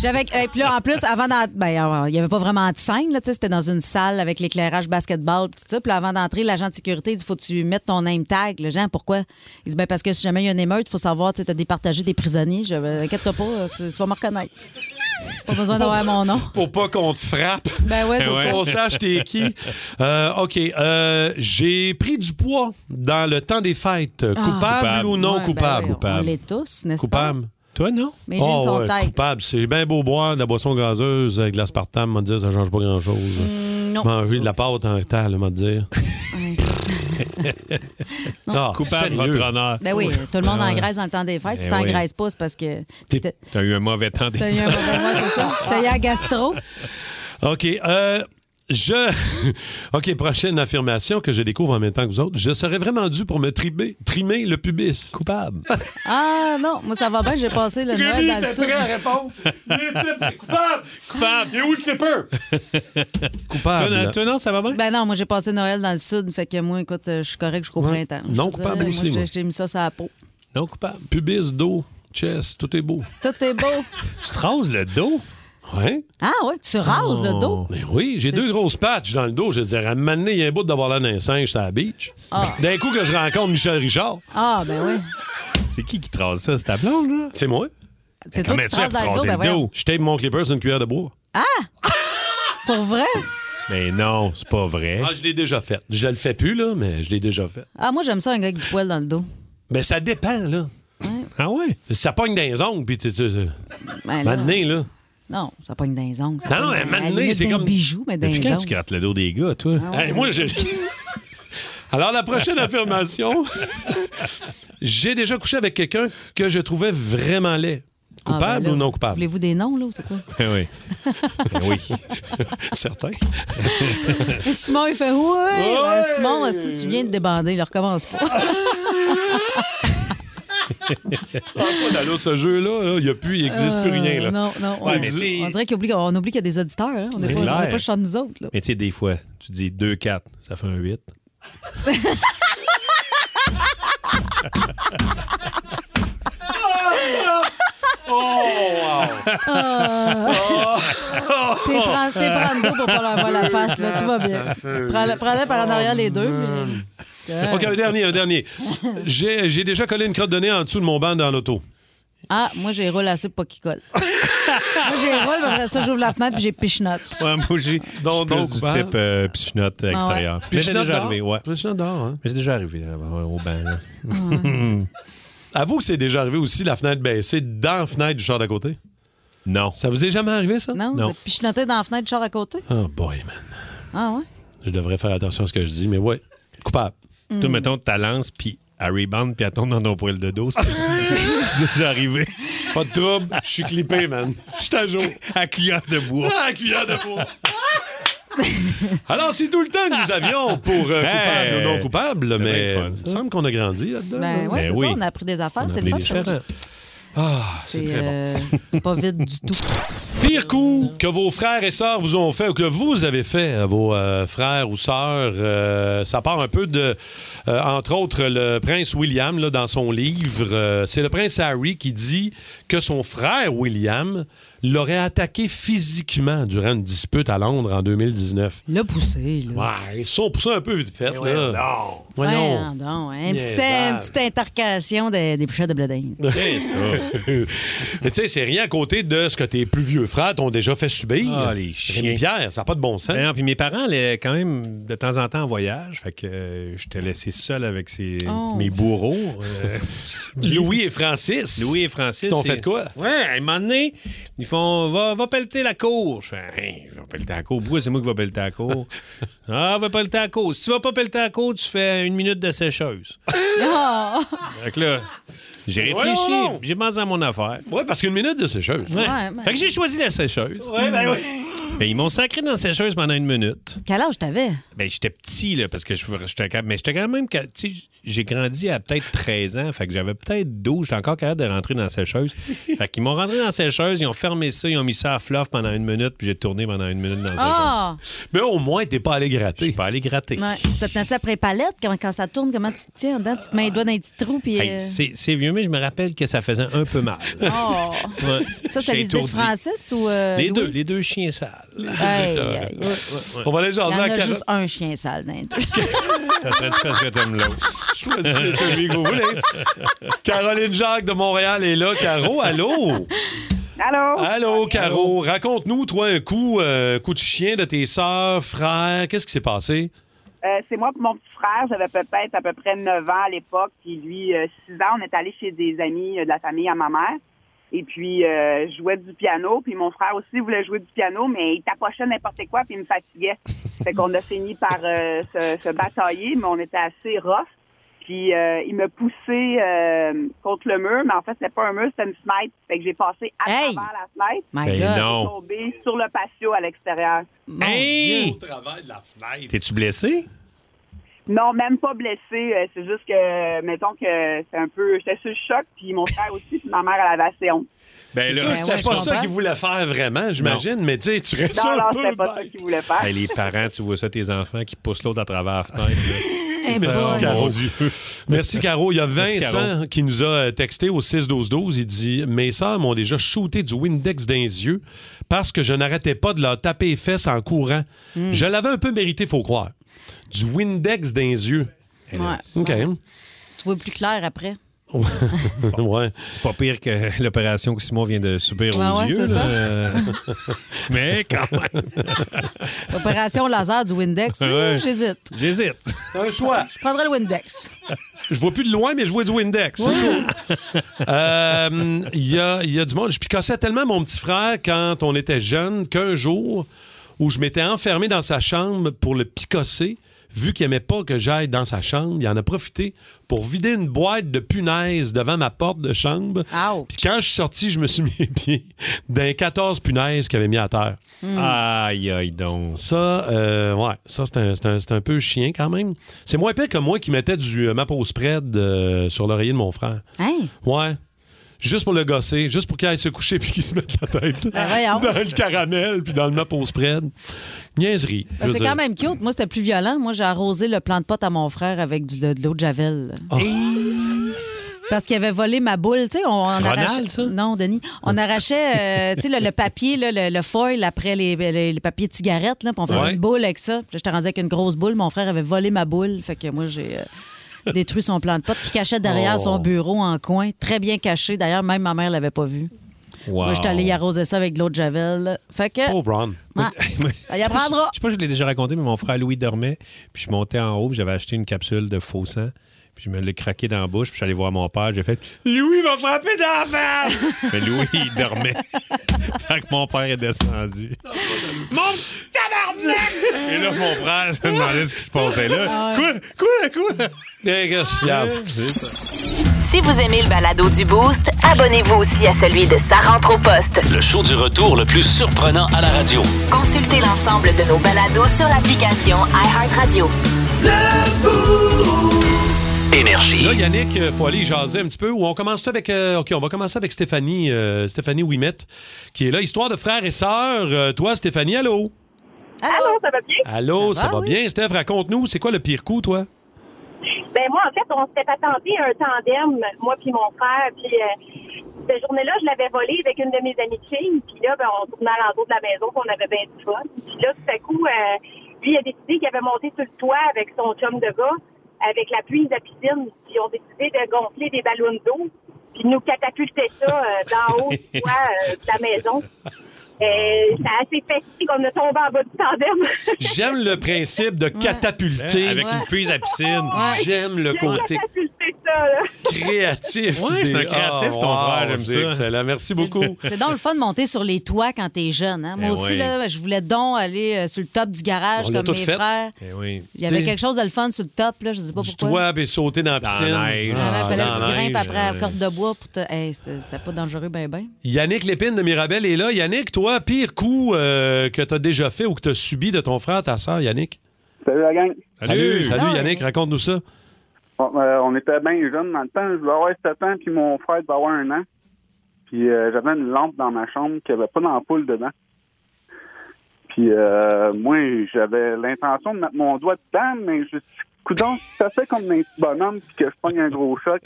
J'avais. Et puis là, en plus, avant d'entrer. Ben, euh, il n'y avait pas vraiment de scène, là. tu sais, C'était dans une salle avec l'éclairage basketball, puis tout ça. Puis là, avant d'entrer, l'agent de sécurité dit faut que tu mettes ton name tag. Le genre, pourquoi Il dit ben, parce que si jamais il y a une émeute, il faut savoir, tu as départagé des prisonniers. Je ben, inquiète-toi pas, tu, tu vas me reconnaître. Pas besoin d'avoir mon nom. Pour pas qu'on te frappe. Ben ouais, c'est ça. Qu'on sache t'es qui. Euh, OK. euh, J'ai pris du poids dans le temps des fêtes. Ah. Coupable, ou non Ouais, ben coupable? oui, on- On l'est tous, n'est-ce pas? Coupable. Toi, non? Mais les jeans sont têtes. Oh, coupable. C'est bien beau boire de la boisson gazeuse avec de l'aspartame, m'en dire, ça change pas grand-chose. Mm, non. Manger de la pâte en retard, m'en dire. Ah, Non. Coupable, votre honneur. Ben oui, tout le monde Ah ouais. engraisse dans le temps des fêtes. Si Ben oui. t'engraisses pas, c'est parce que T'es- T'as eu un mauvais temps des t'as eu un mauvais mois, c'est ça? T'as eu un gastro. OK. euh, je. OK, prochaine affirmation que je découvre en même temps que vous autres. Je serais vraiment dû pour me trimer, trimer le pubis. Coupable. Ah non, moi ça va bien, j'ai passé le Noël dans le sud. répondre. coupable! Coupable! Et où le slipper? coupable. Toi, non- toi, non, ça va bien? Ben non, moi j'ai passé Noël dans le sud, fait que moi, écoute, euh, je suis correct jusqu'au Ouais. printemps. Non Je te coupable dirais, aussi, moi, j'ai- moi. J'ai mis ça sur la peau. Non, coupable. Pubis, dos, chest, tout est beau. Hein? Tout est beau. Tu te rases le dos? Ouais. Ah ouais, tu rases le dos. Mais oui, j'ai deux grosses patchs dans le dos. Je veux dire, à un moment donné, il y a un bout d'avoir l'air d'un singe sur la beach. Ah. D'un coup que je rencontre Michel Richard. Ah ben oui. C'est qui qui trace ça? C'est ta blonde, là? C'est moi. C'est Ah, toi qui te rases dans le dos, ben voyons. Je tape mon clipper sur une cuillère de bois. Ah! Pour vrai? Mais non, c'est pas vrai. Ah, je l'ai déjà fait. Je le fais plus, là, mais je l'ai déjà fait. Ah moi j'aime ça un gars avec du poil dans le dos. Mais ça dépend, là. Ah ouais? Ça pogne dans les ongles, puis tu... tu- tu- Ben, là- Maintenant, là... Non, ça pogne dans les ongles. ça Non, non, pogne mais dans- maintenant, à la limite c'est des comme- bijoux, mais dans Depuis les quand tu ongles. grattes le dos des gars, toi? Ah ouais. Hey, moi, je... Alors, la prochaine affirmation. J'ai déjà couché avec quelqu'un que je trouvais vraiment laid. Ah, ben Coupable là, ou non coupable? Voulez-vous des noms, là, ou c'est quoi? Eh oui. Eh oui. Certain. Et Simon, il fait Ouais! Ben, Simon, si tu viens de débander, il recommence pas. Ça va pas dans l'eau, ce jeu-là. là. Il n'y a plus, il n'existe plus Euh, rien. Là. Non, non. Ouais, on, mais t'sais- on dirait qu'on oublie, on oublie qu'il y a des auditeurs. hein. On C'est n'est pas, on clair. est pas chez nous autres. là. Mais tu sais, des fois, tu dis 2-4, ça fait un 8. Oh, Ah. T'es prends t'es prends le dos pour pas leur voir la face. Là. Tout va bien. Ça fait- Prends-le prends-le par en arrière les deux. mais- Correct. OK, un dernier, un dernier. J'ai j'ai déjà collé une crotte de nez en dessous de mon banc dans l'auto. Ah, moi, j'ai roule assez pour pas qu'il colle. moi, j'ai roule, mais après ça, j'ouvre la fenêtre puis j'ai pichenote. Ouais, moi, j'ai je suis Donc, plus donc, du hein? type euh, Ah pichenote extérieur. ouais. Mais c'est Pichenote déjà dehors? arrivé, ouais. hein. Mais c'est déjà arrivé euh, au bain, là. Avoue que c'est déjà arrivé aussi, la fenêtre baissée dans la fenêtre du char d'à côté? Non. Ça vous est jamais arrivé, ça? Non? De Pichenoter dans la fenêtre du char à côté? Oh boy, man. Ah, ouais? Je devrais faire attention à ce que je dis, mais ouais. Coupable. Mm. Toi, mettons, ta lance, puis elle rebound, puis elle tombe dans ton poil de dos. C'est c'est déjà arrivé. Pas de trouble, je suis clippé, man. Je suis à jour. À cuillère de bois. Ah, cuillère de bois. Alors, c'est tout le temps que nous avions pour euh, coupable Hey. ou non coupable, mais bien le fun, il me semble qu'on a grandi là-dedans. Ben, là. ouais, c'est ça, on a appris des affaires. On a C'est appris le fun. des ça. affaires. Ah, c'est C'est très bon. euh, c'est pas vide du tout. Pire coup que vos frères et sœurs vous ont fait ou que vous avez fait à vos euh, frères ou sœurs, euh, ça part un peu de, euh, entre autres, le prince William là, dans son livre. euh, c'est le prince Harry qui dit que son frère William l'aurait attaqué physiquement durant une dispute à Londres en 2019. Il l'a poussé, là. Ouais, ils sont poussés un peu vite fait. Mais là. ouais, non. Voyons donc, hein, une Niaisage. petite, une petite intercation des, des bouchettes de blé d'Inde. C'est ça. Mais tu sais, c'est rien à côté de ce que tes plus vieux frères t'ont déjà fait subir. Ah, les chiens. Pierre, ça n'a pas de bon sens. Ben non, puis mes parents allaient quand même de temps en temps en voyage. Fait que euh, j'étais laissé seul avec ces- Oh. mes bourreaux. euh. Louis et Francis. Louis et Francis. Ils t'ont c'est- fait quoi? Ouais, à un moment donné, ils font va, va pelleter la cour. Je fais Hein, je vais pelleter la cour. Pourquoi c'est moi qui vais pelleter la cour? ah, va pelleter la cour. Si tu vas pas pelleter la cour, tu fais une minute de sécheuse. Ah! Fait que là, j'ai Ouais, réfléchi. non, non. J'ai pensé à mon affaire. Ouais, parce qu'une minute de sécheuse. Ouais. Ouais, ben- Fait que j'ai choisi la sécheuse. Ouais, ben oui. Ben, ils m'ont sacré dans la sécheuse pendant une minute. Quel âge t'avais? Ben, j'étais petit, là, parce que je j'étais capable. Mais j'étais quand même. ca- Tu sais, j'ai grandi à peut-être 13 ans. Fait que j'avais peut-être 12. J'étais encore capable de rentrer dans la sécheuse. Fait qu'ils m'ont rentré dans la sécheuse, ils ont fermé ça, ils ont mis ça à fleuve pendant une minute, puis j'ai tourné pendant une minute dans la Ah! sécheuse. Mais au moins, t'es pas allé gratter. Je suis pas allé gratter. Ouais. Tu te tenais-tu après les palettes? Quand, quand ça tourne, comment tu te tiens dedans? Tu te mets les doigts dans les petits trous, puis... Hey, euh, c'est c'est vieux, mais je me rappelle que ça faisait un peu mal. Oh! Ouais. Ça, J'étais c'était les idées de étourdi. Francis ou... euh, Les Louis? deux, les deux chiens sales. Aïe, aïe, aïe. On va aller Il y en jaser à a Carole. juste un chien sale dans les deux. Ça serait parce que t'aimes l'autre. Choisissez celui que vous voulez. Caroline Jacques de Montréal est là. Caro, allô? Allô? Allô, Caro. Raconte-nous, toi, un coup, euh, coup de chien de tes sœurs, frères. Qu'est-ce qui s'est passé? Euh, c'est moi et mon petit frère, j'avais peut-être à peu près 9 ans à l'époque, puis lui, euh, 6 ans, on est allé chez des amis euh, de la famille à ma mère. Et puis, euh, je jouais du piano, puis mon frère aussi voulait jouer du piano, mais il tapochait n'importe quoi, puis il me fatiguait. Fait qu'on a fini par euh, se, se batailler, mais on était assez rough. Puis, euh, il me poussait euh, contre le mur, mais en fait, c'était pas un mur, c'était une fenêtre. Fait que j'ai passé à Hey! travers la fenêtre. My Ben Je God. suis non. tombée sur le patio à l'extérieur. Hey! Dieu, T'es-tu blessé? Non, même pas blessé. Euh, C'est juste que, mettons que c'est un peu. J'étais sur le choc, puis mon frère aussi, puis ma mère, elle avait assez honte. Ben C'est sûr que Ben c'était ouais, pas je ça comprends. qu'ils voulaient faire vraiment, j'imagine, mais tu sais, tu restes Non, un non, peu. c'était pas ça qu'il voulait faire. Hey, les parents, tu vois ça, tes enfants qui poussent l'autre à travers la fenêtre. là. Merci, Oh, Caro. mon Dieu. Merci, Caro. Il y a Merci, Caro. Vincent qui nous a euh, texté au 6-12-12. Il dit Mes sœurs m'ont déjà shooté du Windex dans les yeux parce que je n'arrêtais pas de leur taper les fesses en courant. Hmm. Je l'avais un peu mérité, faut croire. Du Windex dans les yeux. Ouais. OK. Tu vois plus clair après. Ouais. C'est pas pire que l'opération que Simon vient de subir Ouais, aux ouais, yeux. c'est là. ça. Euh, Mais quand même. Opération laser du Windex, euh, Ouais. j'hésite. J'hésite. Un choix. Je prendrais le Windex. Je vois plus de loin, mais je vois du Windex. C'est cool. Euh, Il y, a, il y a du monde. Je picassais tellement mon petit frère quand on était jeune qu'un jour où je m'étais enfermé dans sa chambre pour le picosser, vu qu'il aimait pas que j'aille dans sa chambre, il en a profité pour vider une boîte de punaises devant ma porte de chambre. Puis quand je suis sorti, je me suis mis les pieds d'un 14 punaises qu'il avait mis à terre. Hmm. Mm. Aïe, aïe, donc. Ça, euh, ouais, ça, c'est un, c'est un- c'est un peu chien quand même. C'est moins pire que moi qui mettais du euh, Mapo spread euh, sur l'oreiller de mon frère. Hein? Ouais. Juste pour le gosser, juste pour qu'il aille se coucher puis qu'il se mette la tête Ben voyons. dans le caramel puis dans le Mapo spread. Niaiserie. Ben, je veux c'est dire. quand même cute. Moi, c'était plus violent. Moi, j'ai arrosé le plant de pote à mon frère avec du- de, de l'eau de Javel. Parce qu'il avait volé ma boule. Tu sais, on, on Ronald, arrachait... ça? Non, Denis. On arrachait euh, tu sais, le, le papier, là, le, le foil après les, les, les papiers de cigarettes. Là, puis on faisait Ouais. une boule avec ça. Puis là, j'étais rendu avec une grosse boule. Mon frère avait volé ma boule. Fait que moi, j'ai... euh, détruit son plant de pote qui cachait derrière Oh. son bureau en coin, très bien caché. D'ailleurs, même ma mère l'avait pas vu. Wow. Moi, j'étais allée y arroser ça avec de l'eau de Javel. Fait que... Pauvre Ron. Ouais. Il apprendra. Je sais pas si je l'ai déjà raconté, mais mon frère Louis dormait. Puis je montais en haut, puis j'avais acheté une capsule de faux sang. Puis je me l'ai craqué dans la bouche, puis je suis allé voir mon père. J'ai fait Louis m'a frappé dans la face! Mais Louis, il dormait. Fait que mon père est descendu. Mon petit tabarnak! Et là, mon frère se demandait ce qui se passait là. Quoi? Quoi? Quoi? Hey, gars, c'est grave. Si vous aimez le balado du Boost, abonnez-vous aussi à celui de Sa rentre au poste. Le show du retour le plus surprenant à la radio. Consultez l'ensemble de nos balados sur l'application iHeartRadio. Énergie. Là, Yannick, euh, faut aller jaser un petit peu. Ou on commence tout avec. euh, OK, on va commencer avec Stéphanie, euh, Stéphanie Ouimet, qui est là. Histoire de frères et sœurs. Euh, toi, Stéphanie, allô? Allô, ça va bien? Allô, ça, va, bien? Steph, raconte-nous, c'est quoi le pire coup, toi? Ben moi, en fait, on s'était attendu à un tandem, moi puis mon frère. Puis euh, cette journée-là, je l'avais volé avec une de mes amies de filles. Puis là, ben, on tournait à l'entour de la maison, puis on avait bien du fun. Puis là, tout à coup, euh, lui il a décidé qu'il avait monté sur le toit avec son chum de gars. avec la pluie de la piscine, puis ont décidé de gonfler des ballons d'eau, puis nous catapulter ça euh, d'en haut, du toit, euh, de la maison. Euh, ça a assez fait qu'on est tombé en bas du tandem. J'aime le principe de catapulter. Hein, avec une prise à piscine. Ouais. J'aime le J'ai côté catapulté ça, là. créatif. Ouais, c'est des- Oh, un créatif, ton frère, j'aime c'est ça. excellent. Merci beaucoup. C'est donc le fun de monter sur les toits quand t'es jeune. hein. Moi Eh aussi, oui. là, je voulais donc aller euh, sur le top du garage On l'a comme tout mes fait. frères. Eh oui. Il y avait T'sais, quelque chose de le fun sur le top, là, je sais pas Du pourquoi. toit, puis sauter dans la Dans la piscine. neige. euh, Il Ah, fallait que dans tu la grimpes neige. après la corde de bois pour te. Hey, c'était c'était pas dangereux, ben ben. Yannick Lépine de Mirabel est là. Yannick, toi, pire coup euh, que tu as déjà fait ou que tu as subi de ton frère, ta soeur, Yannick? Salut la gang. Salut, salut Yannick, raconte-nous ça. Bon, euh, on était bien jeunes dans le temps. Je devais avoir 7 ans, puis mon frère devait avoir un an. Puis euh, j'avais une lampe dans ma chambre qui avait pas d'ampoule dedans. Puis euh, moi, j'avais l'intention de mettre mon doigt dedans, mais je me suis dit, coudon, ça fait comme un petit bonhomme, puis que je pogne un gros choc.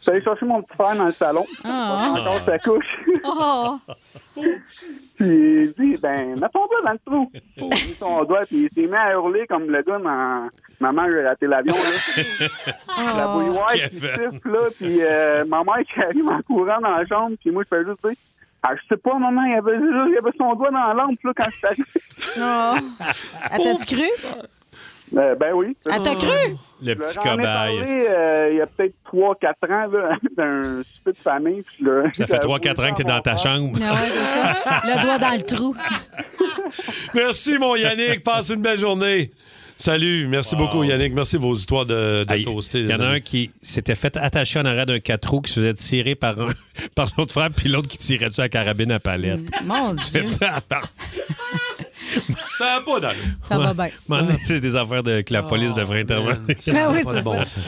J'allais chercher mon petit frère dans le salon. Ah. Encore sa couche. Oh! Puis il dit, ben, mets ton doigt dans le trou. Il a mis son doigt, puis il s'est mis à hurler comme le gars dans Maman, j'ai raté l'avion, là. La bouilloire qui siffle, là, puis euh, ma mère qui arrive en courant dans la chambre, puis moi, je fais juste dire, ah, je sais pas, maman, il avait, il avait son doigt dans la lampe, là, quand je suis arrivé. Non. Elle t'a-tu Ah. cru? Euh, ben oui. Elle t'a cru? Le petit J'en ai cobaye. parlé, esti. euh, il y a peut-être 3-4 ans, là, d'un souper de famille, puis là, Ça fait 3-4 ans que t'es dans ta chambre. Le doigt dans le trou. Merci, mon Yannick. Passe une belle journée. Salut. Merci beaucoup, Yannick. Merci de vos histoires de, de toasté. Il y en a un qui s'était fait attacher en arrière d'un 4 roues qui se faisait tirer par, un, par l'autre frère, puis l'autre qui tirait dessus à la carabine à palette. Mm. Mon Dieu. C'était à part- Ça va pas dans Ça va bien. À un moment donné, C'est des affaires de, Oh, que la police devrait intervenir. Ah oui, c'est ça.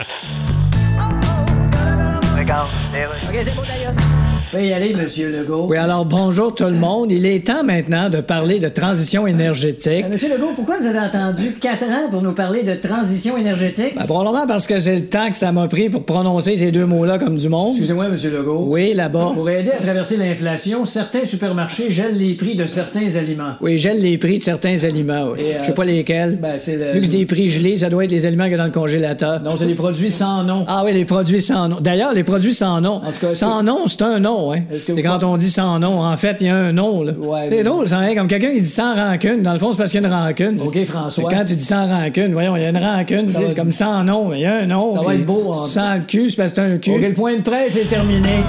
Oui, allez, Monsieur Legault. Oui, alors bonjour tout le monde. Il est temps maintenant de parler de transition énergétique. Euh, Monsieur Legault, pourquoi vous avez attendu 4 ans pour nous parler de transition énergétique? Ben, probablement parce que c'est le temps que ça m'a pris pour prononcer ces deux mots-là comme du monde. Excusez-moi, Monsieur Legault. Oui, là-bas. Pour aider à traverser l'inflation, certains supermarchés gèlent les prix de certains aliments. Oui, gèle les prix de certains aliments. oui. Et, euh, Je sais pas lesquels. Ben, c'est le- Vu que c'est des prix gelés, ça doit être les aliments qu'il y a dans le congélateur. Non, c'est les produits sans nom. Ah oui, les produits sans nom. D'ailleurs, les produits sans nom. tout cas, sans nom, c'est un nom. Hein. Est-ce que C'est vous- quand on dit sans nom. En fait, il y a un nom. Là. c'est mais- drôle, ça, hein, comme quelqu'un qui dit sans rancune. Dans le fond, c'est parce qu'il y a une rancune. OK, François. Quand il dit sans rancune, voyons, il y a une rancune. Ça c'est va être- comme sans nom. Il y a un nom. Ça va puis être beau, en tu tout cas. sens le cul, c'est parce que c'est un cul. OK, le point de presse est terminé.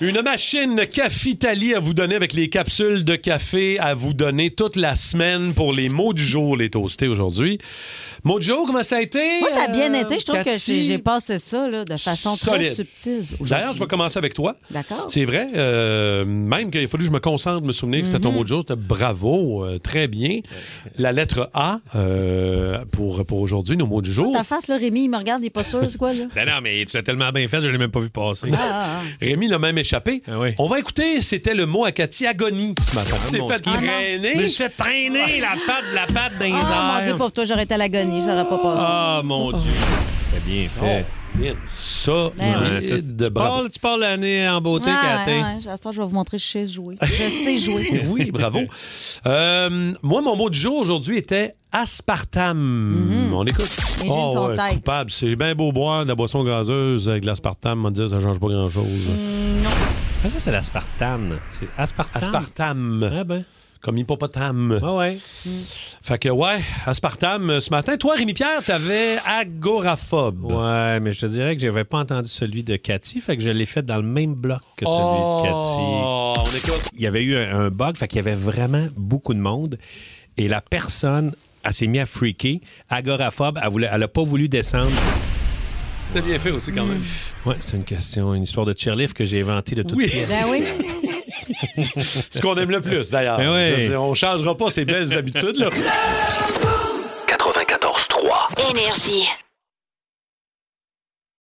Une machine Cafitali à vous donner avec les capsules de café à vous donner toute la semaine pour les mots du jour, les toastés aujourd'hui. Mots du jour, comment ça a été? Moi, ça a bien euh, été. Je trouve que Cathy? j'ai j'ai passé ça là, de façon très Solide. subtile. D'ailleurs, je vais commencer avec toi. D'accord. C'est vrai, euh, même qu'il a fallu que je me concentre, me souvenir que c'était Mm-hmm. ton mot de jour, c'était bravo, euh, très bien. La lettre A euh, pour, pour aujourd'hui, nos mots du jour. Ta face, là, Rémi, il me regarde, il est pas sûr, c'est quoi, là? Ben non, mais tu l'as tellement bien fait, je l'ai même pas vu passer. Ah, ah, Rémi l'a même échappé. On va écouter, c'était le mot à Cathy, agonie ce matin. Tu t'es mon fait ski. Ah Ah non. traîner. Je me suis fait traîner la patte, la patte dans les ah. Ah, airs. mon Dieu, pauvre toi, j'aurais été à l'agonie, ça n'aurait pas passé. Ah, mon Dieu. C'était bien fait. Oh, Ça, Ben oui. Ouais, ça, c'est- de tu, bravo. parles, tu parles l'année en beauté, Ouais, Cathy. ouais, ouais, à ce temps, je vais vous montrer, je sais jouer. Je sais jouer. oui, bravo. Euh, moi, mon mot du jour aujourd'hui était aspartame. On écoute. Mhm. Ah Les jeunes sont têtes. coupable. C'est bien beau boire de la boisson gazeuse avec de l'aspartame. On dit ça change pas grand-chose. Mm, Ah, ça, c'est l'aspartame. C'est aspartame. Aspartame. Comme hippopotame. Ah ouais. Mm. Fait que, ouais, aspartame. euh, Ce matin, toi, Rémi-Pierre, t'avais agoraphobe. Ouais, mais je te dirais que j'avais pas entendu celui de Cathy, fait que je l'ai fait dans le même bloc que celui Oh, de Cathy. on écoute. Il y avait eu un, un bug, fait qu'il y avait vraiment beaucoup de monde. Et la personne, elle s'est mise à freaker. Agoraphobe, elle, voulait, elle a pas voulu descendre. Hmm. C'était bien fait aussi, quand même. Ouais, c'est une question, une histoire de chairlift que j'ai inventée de toute Oui. pièce. Ben oui. Ce qu'on aime le plus, d'ailleurs. Ben oui. Je veux dire, On changera pas ces belles habitudes, là. 94-3. Énergie.